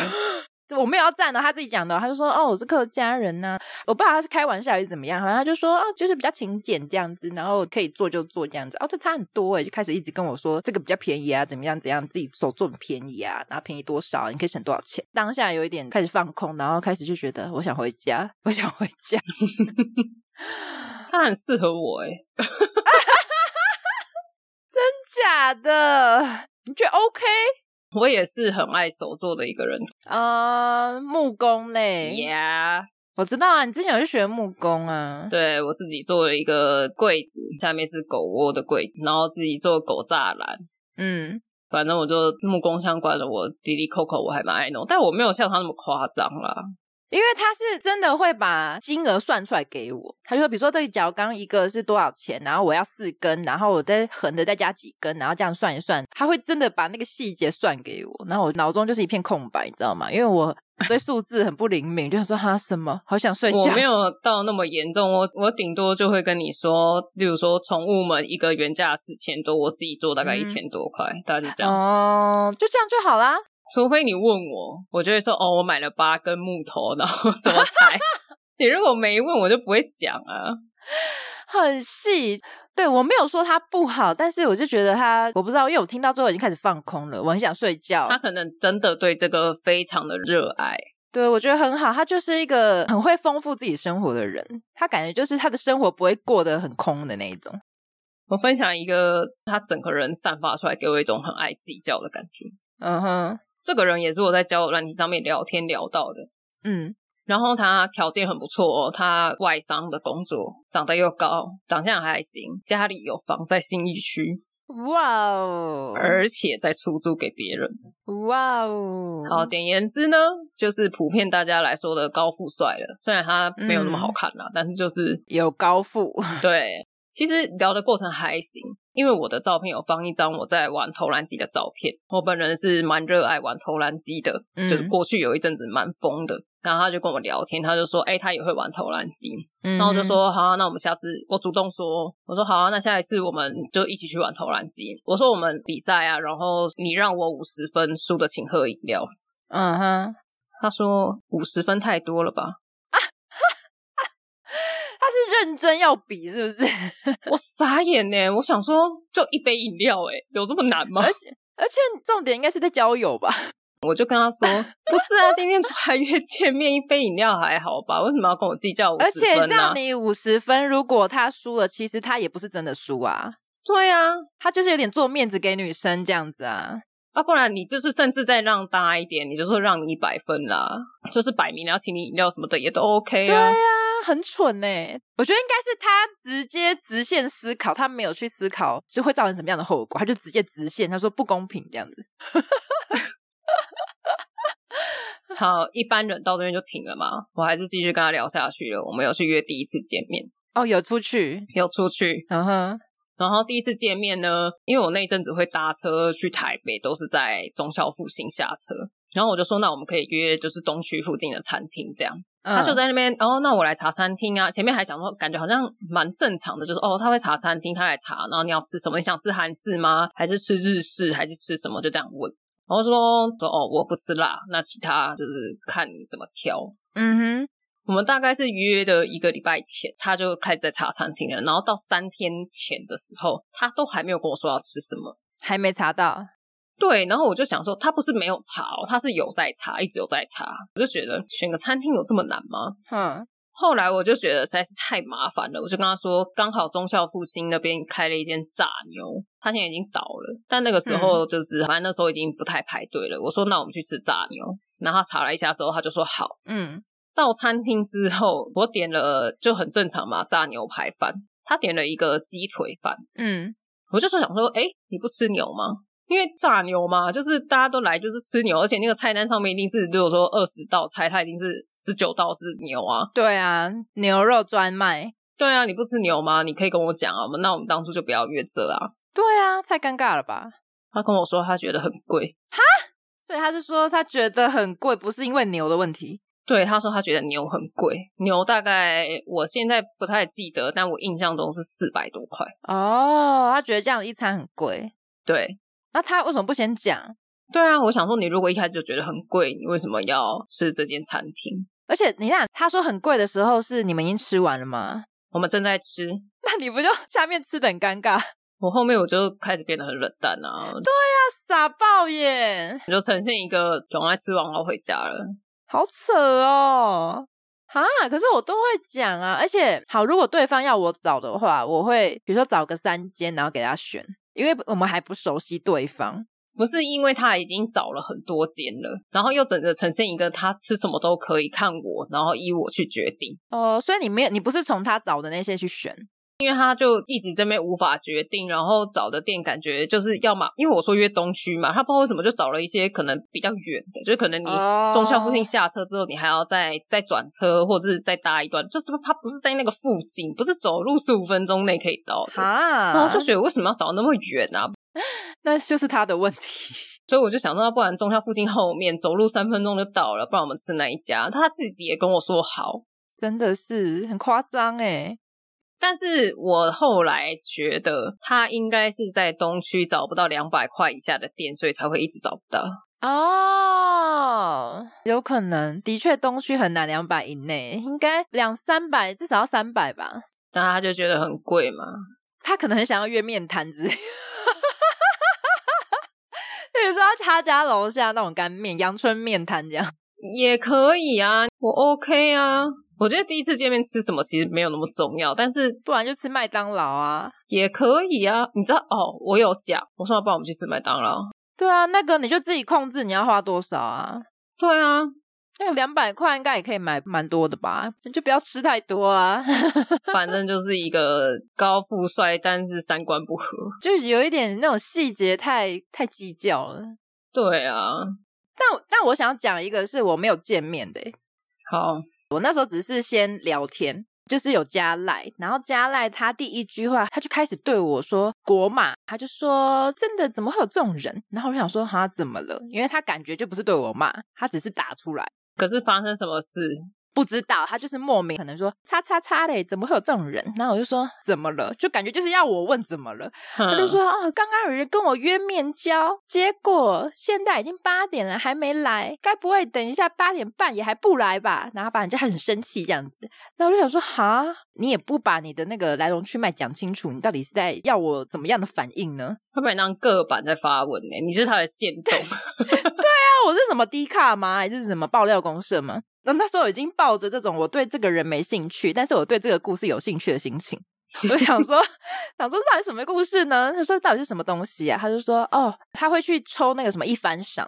Speaker 1: 我没有要站的，他自己讲的哦，他就说哦，我是客家人呐、我不知道他是开玩笑还是怎么样，好像他就说啊，就是比较勤俭这样子，然后可以做就做这样子，哦，这差很多诶，就开始一直跟我说这个比较便宜啊，怎么样怎样，自己手做很便宜啊，然后便宜多少，你可以省多少钱。当下有一点开始放空，然后开始就觉得我想回家，我想回家，
Speaker 2: 他很适合我哎、
Speaker 1: 假的，你觉得 OK？
Speaker 2: 我也是很爱手做的一个人。
Speaker 1: 呃，木工嘞
Speaker 2: Yeah，
Speaker 1: 我知道啊，你之前有去学木工啊，
Speaker 2: 对我自己做了一个柜子，下面是狗窝的柜子，然后自己做狗栅栏。
Speaker 1: 嗯，
Speaker 2: 反正我就木工相关的，我滴滴扣扣我还蛮爱弄，但我没有像他那么夸张啦。
Speaker 1: 因为他是真的会把金额算出来给我，他就说，比如说这个角钢一个是多少钱，然后我要四根，然后我再横的再加几根，然后这样算一算，他会真的把那个细节算给我，然后我脑中就是一片空白，你知道吗？因为 我对数字很不灵敏，就想说哈什么，好想睡觉
Speaker 2: 我没有到那么严重，我我顶多就会跟你说，例如说宠物们一个原价四千多，我自己做大概
Speaker 1: 嗯
Speaker 2: 一千多块，大家就这样。
Speaker 1: 哦，就这样就好啦。
Speaker 2: 除非你问我，我就会说哦，我买了八根木头，然后 怎么拆。你如果没问，我就不会讲啊。
Speaker 1: 很细。对我没有说它不好，但是我就觉得它，我不知道，因为我听到最后已经开始放空了，我很想睡觉
Speaker 2: 他。可能真的对这个非常的热爱，
Speaker 1: 对我觉得很好，他就是一个很会丰富自己生活的人，他感觉就是他的生活不会过得很空的那一种。
Speaker 2: 我分享一个他整个人散发出来给我一种很爱计较的感觉。
Speaker 1: 嗯哼，
Speaker 2: 这个人也是我在交友软体上面聊天聊到的。
Speaker 1: 嗯，
Speaker 2: 然后他条件很不错哦，他外商的工作，长得又高，长相还行，家里有房在信义区，
Speaker 1: 哇哦，
Speaker 2: 而且在出租给别人。
Speaker 1: 哇哦，
Speaker 2: 好，简言之呢，就是普遍大家来说的高富帅了。虽然他没有那么好看啦，但是就是
Speaker 1: 有高富，
Speaker 2: 对。其实聊的过程还行，因为我的照片有放一张我在玩投篮机的照片。我本人是蛮热爱玩投篮机的，
Speaker 1: 嗯
Speaker 2: 就是过去有一阵子蛮疯的。然后他就跟我聊天，他就说：“哎、他也会玩投篮机。”
Speaker 1: 然
Speaker 2: 然后我就，说好、啊，那我们下次我主动说，我说好、啊，那下一次我们就一起去玩投篮机。我说我们比赛啊，然后你让我五十分，输的请喝饮料。
Speaker 1: 嗯哼，
Speaker 2: 他说五十分太多了吧？
Speaker 1: 他是认真要比是不是？
Speaker 2: 我傻眼呢，我想说就一杯饮料，哎，有这么难吗？
Speaker 1: 而且而且重点应该是在交友吧？
Speaker 2: 我就跟他说，不是啊，今天出来约见面，一杯饮料还好吧？为什么要跟我计较五
Speaker 1: 而
Speaker 2: 十
Speaker 1: 且
Speaker 2: 分呢、啊
Speaker 1: 让你五十分，如果他输了，其实他也不是真的输啊，
Speaker 2: 对啊，
Speaker 1: 他就是有点做面子给女生这样子啊。
Speaker 2: 啊，不然你就是甚至再让大一点，你就说让你一百分啦，就是摆明了要请你饮料什么的也都 OK
Speaker 1: 对
Speaker 2: 啊。
Speaker 1: 啊，很蠢呢、我觉得应该是他直接直线思考，他没有去思考就会造成什么样的后果，他就直接直线，他说不公平这样子。
Speaker 2: 好，一般人到这边就停了嘛，我还是继续跟他聊下去了。我们有去约第一次见面，
Speaker 1: 哦，有出去，
Speaker 2: 有出去，
Speaker 1: 嗯哼，
Speaker 2: 然后第一次见面呢，因为我那一阵子会搭车去台北，都是在忠孝复兴下车，然后我就说，那我们可以约就是东区附近的餐厅这样。他就
Speaker 1: 嗯
Speaker 2: 在那边，哦，那我来查餐厅啊。前面还讲说，感觉好像蛮正常的，就是哦，他会查餐厅，他来查，然后你要吃什么？你想吃韩式吗？还是吃日式？还是吃什么？就这样问。然后说说哦，我不吃辣，那其他就是看你怎么挑。
Speaker 1: 嗯哼，
Speaker 2: 我们大概是约的一个礼拜前，他就开始在查餐厅了，然后到三天前的时候，他都还没有跟我说要吃什么。
Speaker 1: 还没查到，
Speaker 2: 对，然后我就想说，他不是没有查哦，他是有在查，一直有在查。我就觉得选个餐厅有这么难吗？
Speaker 1: 嗯
Speaker 2: 后来我就觉得实在是太麻烦了，我就跟他说，刚好忠孝复兴那边开了一间炸牛，他现在已经倒了，但那个时候就是、反正那时候已经不太排队了。我说那我们去吃炸牛，然后他查了一下之后，他就说好。
Speaker 1: 嗯，
Speaker 2: 到餐厅之后，我点了就很正常嘛，炸牛排饭，他点了一个鸡腿饭，
Speaker 1: 嗯，
Speaker 2: 我就说想说，哎、你不吃牛吗？因为炸牛嘛，就是大家都来就是吃牛，而且那个菜单上面一定是，如果说二十道菜，它一定是十九道是牛啊，
Speaker 1: 对啊，牛肉专卖，
Speaker 2: 对啊，你不吃牛吗？你可以跟我讲啊，那我们当初就不要约这啊。
Speaker 1: 对啊，太尴尬了吧？
Speaker 2: 他跟我说他觉得很贵，
Speaker 1: 所以他就说他觉得很贵，不是因为牛的问题，
Speaker 2: 对，他说他觉得牛很贵，牛大概我现在不太记得，但我印象中是四百多块。
Speaker 1: 哦，他觉得这样一餐很贵，
Speaker 2: 对，
Speaker 1: 那他为什么不先讲？
Speaker 2: 对啊，我想说你如果一开始就觉得很贵，你为什么要吃这间餐厅？
Speaker 1: 而且你看，他说很贵的时候是你们已经吃完了吗？
Speaker 2: 我们正在吃，
Speaker 1: 那你不就 下面吃的很尴尬？
Speaker 2: 我后面我就开始变得很冷淡啊，
Speaker 1: 傻爆耶，
Speaker 2: 我就呈现一个赶快吃完我要回家了。
Speaker 1: 好扯哦！啊，可是我都会讲啊，而且好，如果对方要我找的话，我会比如说找个三间，然后给他选，因为我们还不熟悉对方。
Speaker 2: 不是因为他已经找了很多间了，然后又整个呈现一个他吃什么都可以看我，然后依我去决定。
Speaker 1: 哦，所以你没有，你不是从他找的那些去选，
Speaker 2: 因为他就一直这边无法决定，然后找的店感觉就是要么，因为我说约东区嘛，他不知道为什么就找了一些可能比较远的，就是可能你
Speaker 1: 哦
Speaker 2: 中校附近下车之后，你还要再再转车，或者是再搭一段，就是他不是在那个附近，不是走路十五分钟内可以到
Speaker 1: 哦
Speaker 2: 的。然后
Speaker 1: 哈
Speaker 2: 我就觉得为什么要找那么远啊？
Speaker 1: 那就是他的问题。
Speaker 2: 所以我就想到，不然中校附近后面走路三分钟就到了，不然我们吃哪一家？他自己也跟我说好，
Speaker 1: 真的是很夸张哎，
Speaker 2: 但是我后来觉得他应该是在东区找不到两百块以下的店，所以才会一直找不到。
Speaker 1: 哦，有可能，的确东区很难两百以内，应该两三百，至少要三百吧。
Speaker 2: 然后他就觉得很贵嘛，
Speaker 1: 他可能很想要约面摊子， 比如说他家楼下那种干面、阳春面摊这样。
Speaker 2: 也可以啊，我 OK 啊。我觉得第一次见面吃什么其实没有那么重要，但是
Speaker 1: 不然就吃麦当劳啊。
Speaker 2: 也可以啊。你知道哦，我有讲，我说要不然我们去吃麦当劳。
Speaker 1: 对啊，那个你就自己控制你要花多少啊。
Speaker 2: 对啊，
Speaker 1: 那个两百块应该也可以买蛮多的吧？你就不要吃太多啊，
Speaker 2: 反正就是一个高富帅，但是三观不合。
Speaker 1: 就有一点那种细节太太计较了。
Speaker 2: 对啊，
Speaker 1: 但但我想讲一个是我没有见面的欸、
Speaker 2: 好，
Speaker 1: 我那时候只是先聊天，就是有加赖，然后加赖他第一句话他就开始对我说国马，他就说真的怎么会有这种人？然后我想说哈怎么了？因为他感觉就不是对我骂，他只是打出来，
Speaker 2: 可是发生什么事？
Speaker 1: 不知道他就是莫名可能说叉叉叉嘞，怎么会有这种人？然后我就说怎么了？就感觉就是要我问怎么了，
Speaker 2: 他
Speaker 1: 他就说啊，刚刚有人跟我约面交，结果现在已经八点了还没来，该不会等一下八点半也还不来吧？然后把人家很生气这样子，那我就想说哈，你也不把你的那个来龙去脉讲清楚，你到底是在要我怎么样的反应呢？
Speaker 2: 他把你当个版在发文呢、你是他的线动。
Speaker 1: 那我是什么低卡吗？还是什么爆料公社吗？那那时候已经抱着这种我对这个人没兴趣，但是我对这个故事有兴趣的心情。我就想说， 想说到底什么故事呢？他说到底是什么东西啊？他就说哦，他会去抽那个什么一番赏，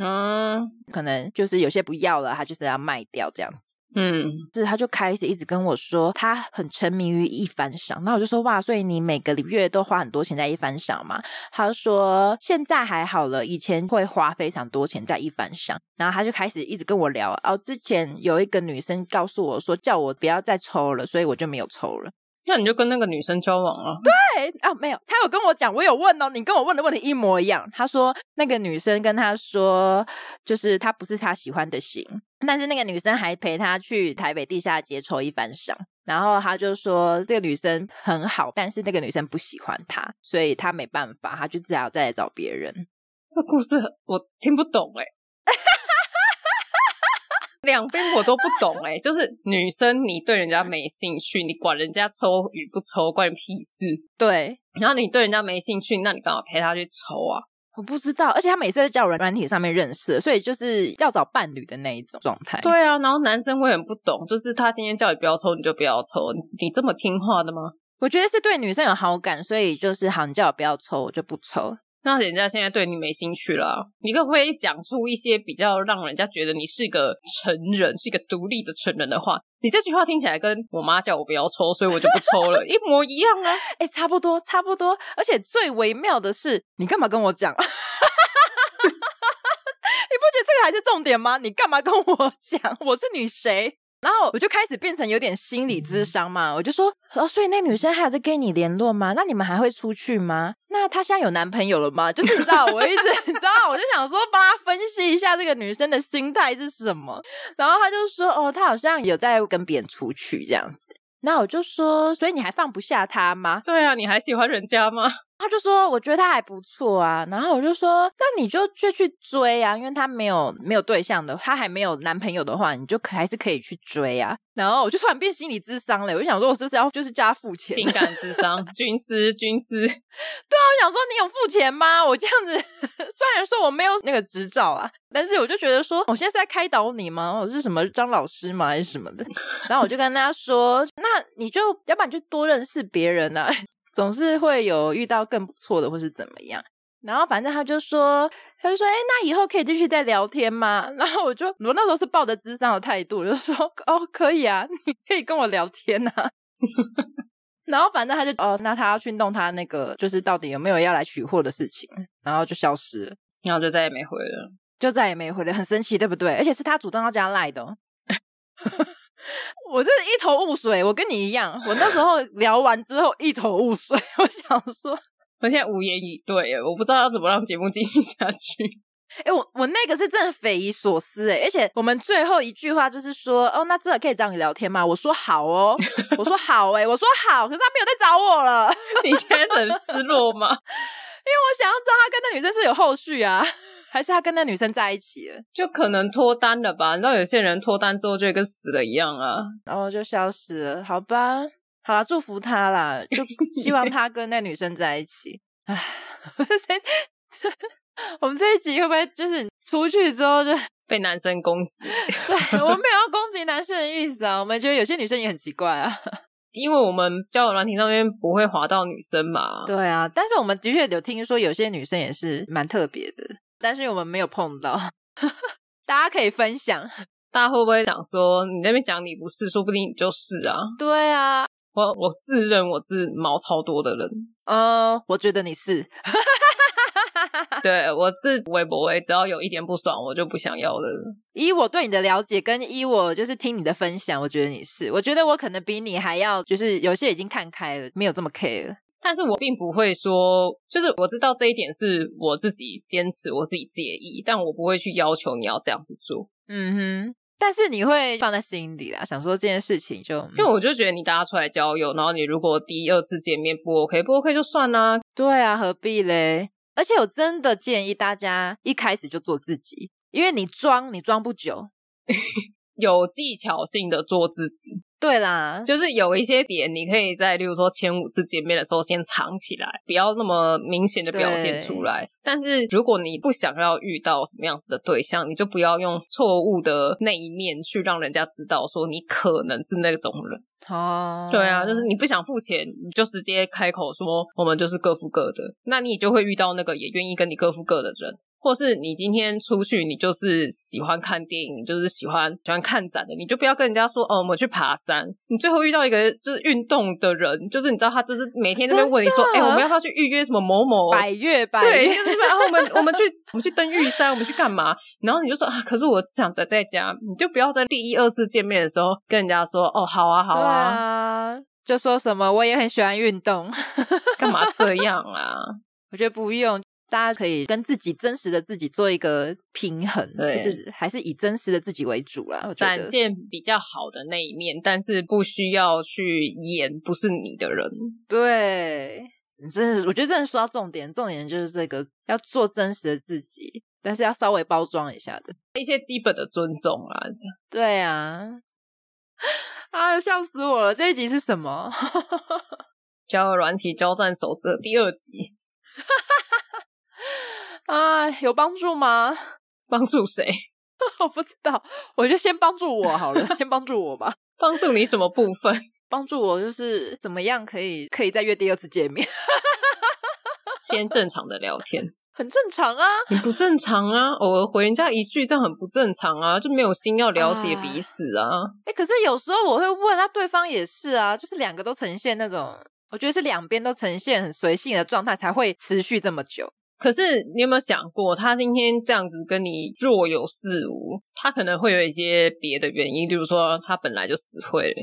Speaker 2: 嗯
Speaker 1: 可能就是有些不要了，他就是要卖掉这样子。
Speaker 2: 嗯，
Speaker 1: 是，他就开始一直跟我说，他很沉迷于一番赏。那我就说哇，所以你每个月都花很多钱在一番赏嘛？他就说现在还好了，以前会花非常多钱在一番赏。然后他就开始一直跟我聊，哦，之前有一个女生告诉我说叫我不要再抽了，所以我就没有抽了。
Speaker 2: 那你就跟那个女生交往啊。
Speaker 1: 哎啊，没有，他有跟我讲，我有问哦，你跟我问的问题一模一样。他说那个女生跟他说，就是他不是他喜欢的型，但是那个女生还陪他去台北地下街抽一番赏。然后他就说这个女生很好，但是那个女生不喜欢他，所以他没办法，他就只好再来找别人。
Speaker 2: 这故事很我听不懂哎、 两边我都不懂哎、就是女生你对人家没兴趣，你管人家抽与不抽，关你屁事。
Speaker 1: 对，
Speaker 2: 然后你对人家没兴趣，那你干嘛陪他去抽啊？
Speaker 1: 我不知道，而且他每次在交友软软体上面认识的，所以就是要找伴侣的那一种状态。
Speaker 2: 对啊，然后男生会很不懂，就是他今天叫你不要抽，你就不要抽，你你这么听话的吗？
Speaker 1: 我觉得是对女生有好感，所以就是好，你叫我不要抽，我就不抽。
Speaker 2: 那人家现在对你没兴趣了啊、你可不可以讲出一些比较让人家觉得你是个成人，是一个独立的成人的话？你这句话听起来跟我妈叫我不要抽，所以我就不抽了，一模一样啊！
Speaker 1: 哎、差不多，差不多。而且最微妙的是，你干嘛跟我讲？你不 觉得这个还是重点吗？你干嘛跟我讲？我是你谁？然后我就开始变成有点心理智商嘛，我就说，哦，所以那女生还有在跟你联络吗？那你们还会出去吗？那她现在有男朋友了吗？就是你知道，我一直 你知道，我就想说帮她分析一下这个女生的心态是什么。然后她就说，哦，她好像有在跟别人出去这样子。那我就说，所以你还放不下她吗？
Speaker 2: 对啊，你还喜欢人家吗？
Speaker 1: 他就说：“我觉得他还不错啊。”然后我就说：“那你就就去追啊，因为他没有没有对象的，他还没有男朋友的话，你就可还是可以去追啊。”然后我就突然变心理智商了，我就想说，我是不是要就是叫他付钱？
Speaker 2: 情感智商，军师，军师，
Speaker 1: 我想说，你有付钱吗？ 我这样子，虽然说我没有那个执照啊，但是我就觉得说，哦我现在是在开导你吗？我是什么张老师吗？还是什么的？ 然后我就跟他说，那你就要不然你就多认识别人啊， 总是会有遇到更不错的，或是怎么样。然后反正他就说，他就说，哎、那以后可以继续再聊天吗？ 然后我就，我那时候是抱着智商的态度，我就说，哦，可以啊，你可以跟我聊天啊。然后反正他就哦，那他要去弄他那个，就是到底有没有要来取货的事情，然后就消失了，
Speaker 2: 然后就再也没回了。
Speaker 1: 就再也没回来，很神奇，对不对？而且是他主动要加赖的、哦。 我真是一头雾水，我跟你一样，我那时候聊完之后一头雾水，我想说，
Speaker 2: 我现在无言以对耶，我不知道要怎么让节目进行下去。
Speaker 1: 哎、我我那个是真的匪夷所思哎，而且我们最后一句话就是说，哦，那这可以找你聊天吗？我说好哦，我说好哎，我说好，可是他没有再找我了，因为
Speaker 2: 你现在很失落吗？
Speaker 1: 我想要知道他跟那女生是有后续啊， 还是他跟那女生在一起了，
Speaker 2: 就可能脱单了吧？你知道有些人脱单之后就会跟死了一样啊。
Speaker 1: 然后就消失了，好吧，好啦，祝福他啦， 就希望他跟那女生在一起。唉， 我们这一集会不会就是出去之后就
Speaker 2: 被男生攻击，
Speaker 1: 对我们没有要攻击男生的意思啊？我们觉得有些女生也很奇怪啊。
Speaker 2: 因为我们交友软体上面不会滑到女生 嘛。
Speaker 1: 对啊，但是我们的确有听说有些女生也是蛮特别的，但是我们没有碰到。 大家可以分享，
Speaker 2: 大家会不会想说你那边讲你不是，说不定你就是啊？
Speaker 1: 对啊，
Speaker 2: 我我自认我是毛超多的人，
Speaker 1: 呃，我觉得你是，
Speaker 2: 对我自微博微，只要有一点不爽，我就不想要了。
Speaker 1: 以我对你的了解，跟以我就是听你的分享，我觉得你是，我觉得我可能比你还要，就是有些已经看开了，没有这么 care 了。
Speaker 2: 但是我并不会说，就是我知道这一点是我自己坚持，我自己介意，但我不会去要求你要这样子做。
Speaker 1: 嗯哼，但是你会放在心底啦，想说这件事情就嗯
Speaker 2: 就我就觉得你大家出来交友，然后你如果第一二次见面不 OK，不 OK 就算啦、
Speaker 1: 对啊，何必嘞？而且我真的建议大家一开始就做自己，因为你装你装不久。
Speaker 2: 有技巧性的做自己，
Speaker 1: 对啦，
Speaker 2: 就是有一些点，你可以在例如说前五次见面的时候先藏起来，不要那么明显的表现出来。但是如果你不想要遇到什么样子的对象，你就不要用错误的那一面去让人家知道说你可能是那种人。
Speaker 1: 哦，
Speaker 2: 对啊，就是你不想付钱，你就直接开口说我们就是各付各的，那你就会遇到那个也愿意跟你各付各的人。或是你今天出去，你就是喜欢看电影，你就是喜欢喜欢看展的，你就不要跟人家说哦，我们去爬山。你最后遇到一个就是运动的人，就是你知道他就是每天这边问你说，
Speaker 1: 真的
Speaker 2: 哎、我们要不要去预约什么某某
Speaker 1: 百越百
Speaker 2: 对，
Speaker 1: 越
Speaker 2: 就是啊然后我们我们去我们去登玉山，我们去干嘛？然后你就说啊，可是我想宅在家，你就不要在第一二次见面的时候跟人家说哦，好啊，好
Speaker 1: 对
Speaker 2: 啊，
Speaker 1: 啊，就说什么我也很喜欢运动，
Speaker 2: 干嘛这样啊？
Speaker 1: 我觉得不用。大家可以跟自己真实的自己做一个平衡，
Speaker 2: 对
Speaker 1: 就是还是以真实的自己为主啦。我 觉
Speaker 2: 展
Speaker 1: 得
Speaker 2: 现比较好的那一面，但是不需要去演不是你的人。
Speaker 1: 对，你真的，我觉得真的说到重点，重点就是这个要做真实的自己。但是要稍微包装一下的。
Speaker 2: 一些基本的尊重啊。
Speaker 1: 对啊， 啊，笑死我了！这一集是什么？
Speaker 2: 交友软体交战守则第二集，
Speaker 1: 啊，有帮助吗？
Speaker 2: 帮助谁？
Speaker 1: 我不知道，我就先帮助我好了，先帮助我吧。
Speaker 2: 帮助你什么部分？
Speaker 1: 帮助我就是怎么样可以可以再约第二次见面，
Speaker 2: 先正常的聊天，
Speaker 1: 很正常啊。
Speaker 2: 你不正常啊！偶尔回人家一句，这样很不正常啊，就没有心要了解彼此啊。
Speaker 1: 哎、可是有时候我会问，那对方也是啊，就是两个都呈现那种，我觉得是两边都呈现很随性的状态，才会持续这么久。
Speaker 2: 可是你有没有想过，他今天这样子跟你若有似无，他可能会有一些别的原因，例如说他本来就死会了，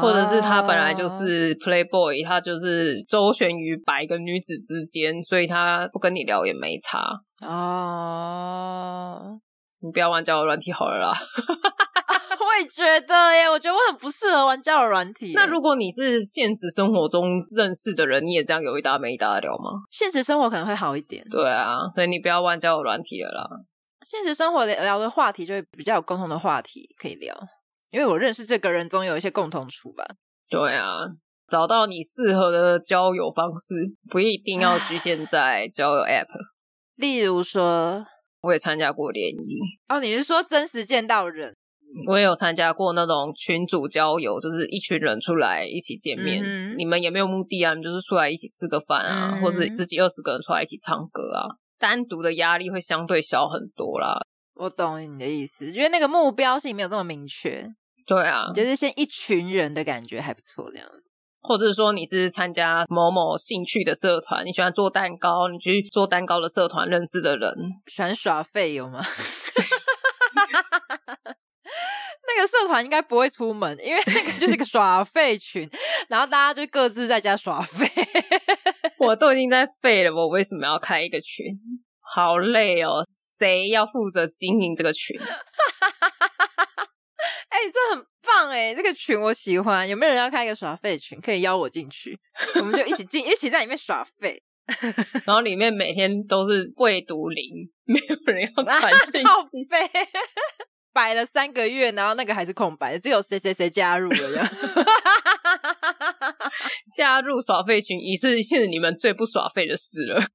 Speaker 2: 或者是他本来就
Speaker 1: 哦，
Speaker 2: 是 playboy，他就是周旋于白跟女子之间，所以他不跟你聊也没差。
Speaker 1: 哦
Speaker 2: 你不要玩交友软体好了啦。
Speaker 1: 我也觉得耶，我觉得我很不适合玩交友软体耶。
Speaker 2: 那如果你是现实生活中认识的人，你也这样有一搭没一搭的聊吗？
Speaker 1: 现实生活可能会好一点，
Speaker 2: 对啊，所以你不要玩交友软体了啦。
Speaker 1: 现实生活聊的话题就会比较有共同的话题可以聊，因为我认识这个人，总有一些共同处吧。
Speaker 2: 对啊，找到你适合的交友方式，不一定要局限在交友 App。
Speaker 1: 例如说，
Speaker 2: 我也参加过联谊，
Speaker 1: 哦，你是说真实见到人
Speaker 2: 我也有参加过那种群主交友，就是一群人出来一起见面，
Speaker 1: 嗯哼
Speaker 2: 你们也没有目的啊，你们就是出来一起吃个饭啊，
Speaker 1: 嗯
Speaker 2: 或者十几二十个人出来一起唱歌啊，单独的压力会相对小很多啦。
Speaker 1: 我懂你的意思，因为那个目标性没有这么明确，
Speaker 2: 对啊，
Speaker 1: 就是先一群人的感觉还不错，这样。
Speaker 2: 或者说你是参加某某兴趣的社团，你喜欢做蛋糕，你去做蛋糕的社团认识的人，
Speaker 1: 喜欢耍废有吗？ 那个社团应该不会出门，因为那个就是个耍废群，然后大家就各自在家耍废。
Speaker 2: 我都已经在废了，我为什么要开一个群？好累哦，谁要负责经营这个群？
Speaker 1: 哎、这很棒哎、这个群我喜欢。有没有人要开一个耍废群？可以邀我进去，我们就一起进，一起在里面耍废。
Speaker 2: 然后里面每天都是未读零，没有人要传讯 息。
Speaker 1: 靠背， 摆了三个月，然后那个还是空白，只有谁谁谁加入了呀？
Speaker 2: 加入耍废群已是是你们最不耍废的事了。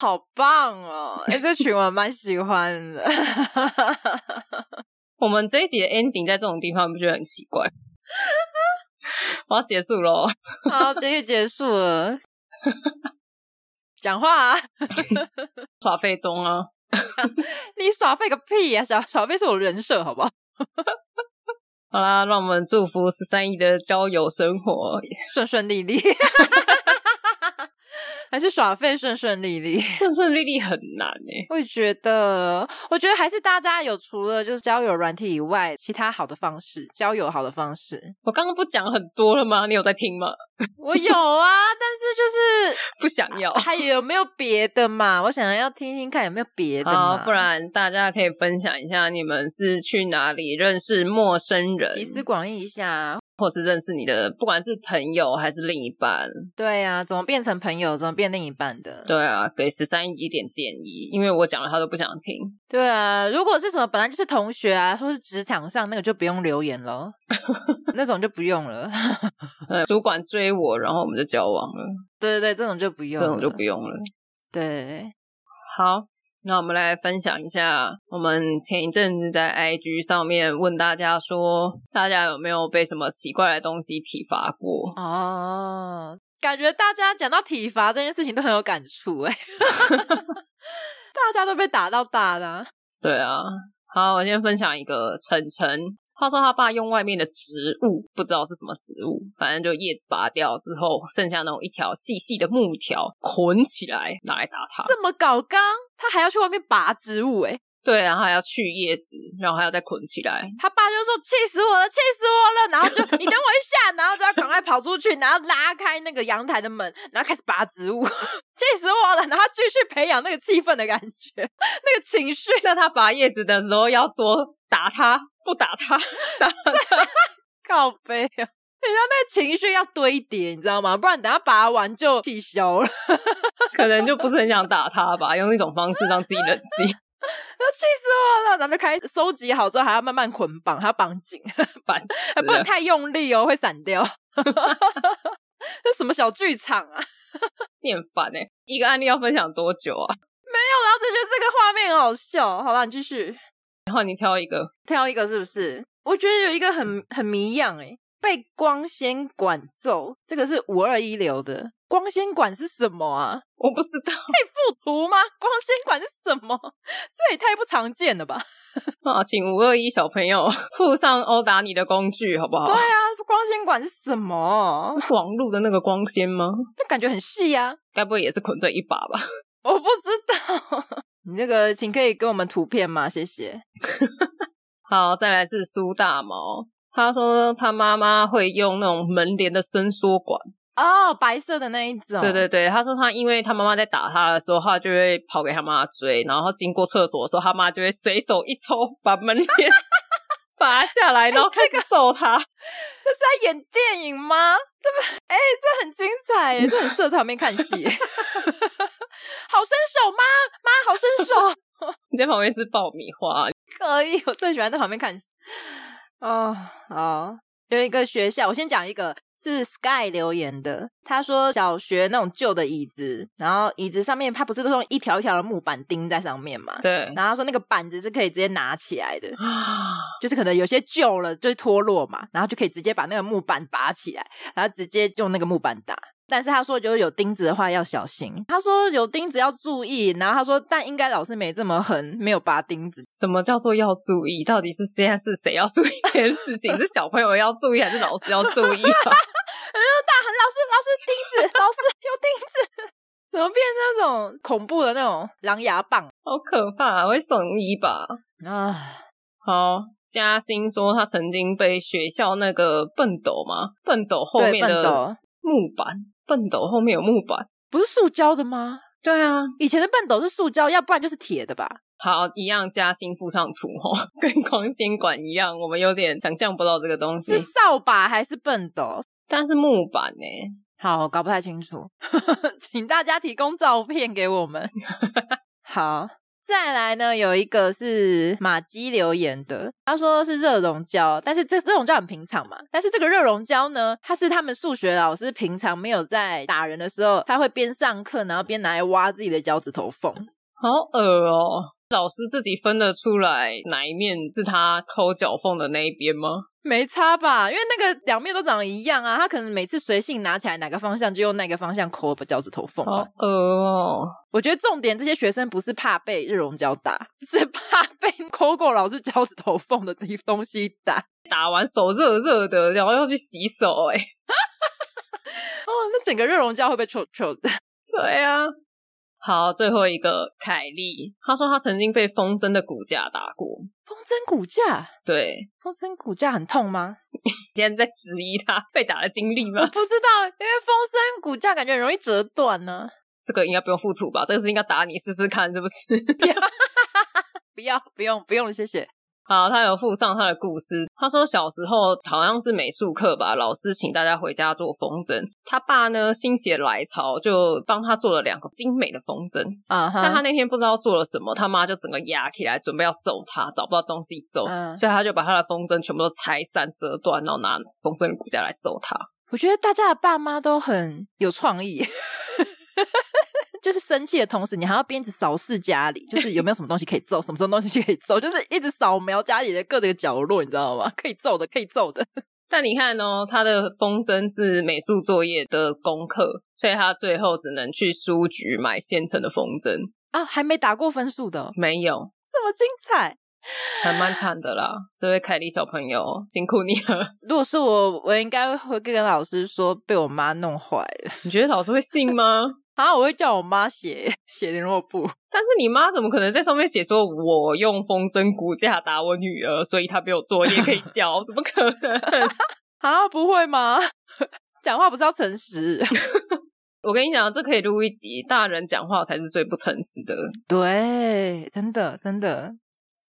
Speaker 1: 好棒哦！哎、这群我蛮喜欢的。
Speaker 2: 我们这一集的 ending 在这种地方，你不觉得很奇怪？ 我要结束哦喽。
Speaker 1: 好，这就结束了。 讲话、啊，
Speaker 2: 耍废中啊，
Speaker 1: 你耍废个屁呀、耍耍废是我人设，好不好？
Speaker 2: 好啦，让我们祝福十三姨的交友生活
Speaker 1: 顺顺利 利，还是耍废顺顺利利？
Speaker 2: 顺顺利利很难欸诶、
Speaker 1: 我也觉得，我觉得还是大家有除了就是交友软体以外，其他好的方式，交友好的方式，
Speaker 2: 我刚刚不讲很多了吗？你有在听吗？
Speaker 1: 我有啊，但是就是
Speaker 2: 不想要。
Speaker 1: 还有没有别的嘛？我想要听听看有没有别的
Speaker 2: 好
Speaker 1: 嘛，，
Speaker 2: 不然大家可以分享一下你们是去哪里认识陌生人，
Speaker 1: 集思广益一下。啊
Speaker 2: 或是认识你的，不管是朋友还是另一半。
Speaker 1: 对啊，怎么变成朋友，怎么变另一半的？
Speaker 2: 对啊，给十三姨一点建议，因为我讲了他都不想听。
Speaker 1: 对啊，如果是什么本来就是同学啊，说是职场上那个就不用留言 咯，那种就不用了。
Speaker 2: 呃，主管追我，然后我们就交往了，
Speaker 1: 对对对，这种就不用
Speaker 2: 这
Speaker 1: 了，
Speaker 2: 种就不用了。
Speaker 1: 对。
Speaker 2: 好，那我们来分享一下，我们前一阵子在 IG 上面问大家说，大家有没有被什么奇怪的东西体罚过？
Speaker 1: 哦，感觉大家讲到体罚这件事情都很有感触哎， 大家都被打到大的啊、
Speaker 2: 对啊，好，我先分享一个晨晨，他说他爸用外面的植物，不知道是什么植物，反正就叶子拔掉之后，剩下那种一条细细的木条捆起来拿来打他。
Speaker 1: 这么搞刚，他还要去外面拔植物哎，
Speaker 2: 对，然后还要去叶子，然后还要再捆起来。
Speaker 1: 他爸就说气死我了，气死我了，然后就你等我一下，然后就要赶快跑出去，然后拉开那个阳台的门，然后开始拔植物， 气死我了，然后继续培养那个气氛的感觉， 那个情绪，
Speaker 2: 那他拔叶子的时候要说打他，不打他。
Speaker 1: 靠背啊，你知道那情绪要堆叠，你知道吗？不然等下拔完就气消了，
Speaker 2: 可能就不是很想打他吧，用一种方式让自己冷静。
Speaker 1: 那气死我了！然后就开始收集好之后，还要慢慢捆绑，还要绑紧，
Speaker 2: 烦
Speaker 1: 还不
Speaker 2: 死
Speaker 1: 能
Speaker 2: 了，
Speaker 1: 太用力哦，会散掉。 这什么小剧场啊？
Speaker 2: 你很烦哎、一个案例要分享多久啊？
Speaker 1: 然后就觉得这个画面很好笑。好了，你继续
Speaker 2: 然后你挑一个，
Speaker 1: 挑一个是不是？我觉得有一个
Speaker 2: 嗯
Speaker 1: 很很迷样诶、欸被光纤管揍，这个是五二一流的。光纤管是什么啊？
Speaker 2: 我不知道
Speaker 1: 附图吗？光纤管是什么？ 这也太不常见了吧？
Speaker 2: 啊，请五二一小朋友 附上殴打你的工具好不好
Speaker 1: 对？啊，光纤管是什么？
Speaker 2: 是网路的那个光纤吗？
Speaker 1: 这感觉很细呀、
Speaker 2: 该不会也是捆这一把吧？
Speaker 1: 我不知道。 你那个，请可以给我们图片吗？谢谢。
Speaker 2: 好，再来是苏大毛，他说他妈妈会用那种门帘的伸缩管。
Speaker 1: 哦，白色的那一种。
Speaker 2: 对对对，他说他因为他妈妈在打他的时候，他就会跑给他妈追，然后经过厕所的时候，他妈就会随手一抽，把门帘 拔下
Speaker 1: 哎
Speaker 2: 来，然后开始揍他。
Speaker 1: 这是在演电影吗？这不，哎、这很精彩耶，这很适合在旁边看戏耶。 好伸手，妈妈，好伸手，
Speaker 2: 你在旁边吃爆米花，
Speaker 1: 可以，我最喜欢在旁边看戏。哦，好，有一个学校，我先讲一个。是 Sky 留言的，他说小学那种旧的椅子，然后椅子上面它不是都是用一条一条的木板钉在上面嘛？
Speaker 2: 对，
Speaker 1: 然后他说那个板子是可以直接拿起来的，就是可能有些旧了就脱落嘛，然后就可以直接把那个木板拔起来，然后直接用那个木板打。但是他说，就是有钉子的话要小心。他说有钉子要注意，然后他说，但应该老师没这么狠，没有拔钉子。
Speaker 2: 什么叫做要注意？到底是现在是谁要注意这件事 情？是小朋友要注意还是老师要注意、啊？
Speaker 1: 大喊老师，老师钉子，老师有钉子， 怎么变那种恐怖的那种狼牙棒
Speaker 2: 好可怕、啊会送医吧？
Speaker 1: 啊？
Speaker 2: 好，嘉欣说他曾经被学校那个笨斗嘛，笨斗后
Speaker 1: 对
Speaker 2: 面
Speaker 1: 笨
Speaker 2: 的
Speaker 1: 斗
Speaker 2: 木板，笨斗后面有木板。
Speaker 1: 不是塑胶的吗？
Speaker 2: 对啊，
Speaker 1: 以前的笨斗是塑胶，要不然就是铁的
Speaker 2: 嗯
Speaker 1: 吧？
Speaker 2: 好，一样嘉欣附上图哦， 跟光纤管一样，我们有点想象不到这个东西
Speaker 1: 是，扫把还是笨斗？
Speaker 2: 但是木板欸呢、
Speaker 1: 好，我搞不太清楚， 请大家提供照片给我们。 好，再来呢，有一个是马基留言的，他说是热熔胶，但是这热熔胶很平常嘛，但是这个热熔胶呢，它是他们数学老师平常没有在打人的时候，他会边上课然后边拿来挖自己的脚趾头缝。
Speaker 2: 好恶哦、老师自己分得出来哪一面是他抠脚缝的那一边吗？
Speaker 1: 没差吧？因为那个两面都长得一样啊，他可能每次随性拿起来哪个方向就用那个方向抠脚趾头缝吧。
Speaker 2: 好恶哦、
Speaker 1: 我觉得重点，这些学生不是怕被热熔胶打，是怕被 Coco 老师脚趾头缝的地东西打。哦，
Speaker 2: 打完手热热的，然后要去洗手、欸，哎，
Speaker 1: 那整个热熔胶会被臭臭的。
Speaker 2: 对啊。好，最后一个凯莉，她说她曾经被风筝的骨架打过。
Speaker 1: 风筝骨架，
Speaker 2: 对，
Speaker 1: 风筝骨架很痛吗？
Speaker 2: 今天在质疑她被打的经历吗？
Speaker 1: 不知道，因为风筝骨架感觉很容易折断呢、
Speaker 2: 这个应该不用附图吧？这个是应该打你试试看，是不是？
Speaker 1: 不要，不用，不用，谢谢。
Speaker 2: 好，他有附上他的故事。他说小时候好像是美术课吧，老师请大家回家做风筝。他爸呢心血来潮就帮他做了两个精美的风筝，
Speaker 1: 啊
Speaker 2: 但他
Speaker 1: 哈，
Speaker 2: 那天不知道做了什么，他妈就整个压起来，准备要揍他，找不到东西揍，
Speaker 1: 嗯
Speaker 2: 所以他就把他的风筝全部都拆散折断，然后拿风筝的骨架来揍他。
Speaker 1: 我觉得大家的爸妈都很有创意。 就是生气的同时，你还要边一直扫视家里，就是有没有什么东西可以揍，什么什么东西可以揍，就是一直扫描家里的各个角落，你知道吗？可以揍的，可以揍的。
Speaker 2: 但你看哦，他的风筝是美术作业的功课，所以他最后只能去书局买现成的风筝，
Speaker 1: 啊，还没打过分数的哦、
Speaker 2: 没有，
Speaker 1: 这么精彩！
Speaker 2: 还蛮惨的啦。这位凯莉小朋友，辛苦你了。
Speaker 1: 如果是我，我应该会跟老师说被我妈弄坏了，
Speaker 2: 你觉得老师会信吗？
Speaker 1: 啊，我会叫我妈写写联络簿，
Speaker 2: 但是你妈怎么可能在上面写说我用风筝骨架打我女儿，所以她没有作业可以交？ 怎么可能？
Speaker 1: 啊，不会吗？ 讲话不是要诚实，
Speaker 2: 我跟你讲，这可以录一集，大人讲话才是最不诚实的。
Speaker 1: 对，真的真的，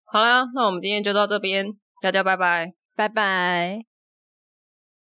Speaker 2: 好啦，那我们今天就到这边，大家拜拜。
Speaker 1: 拜拜。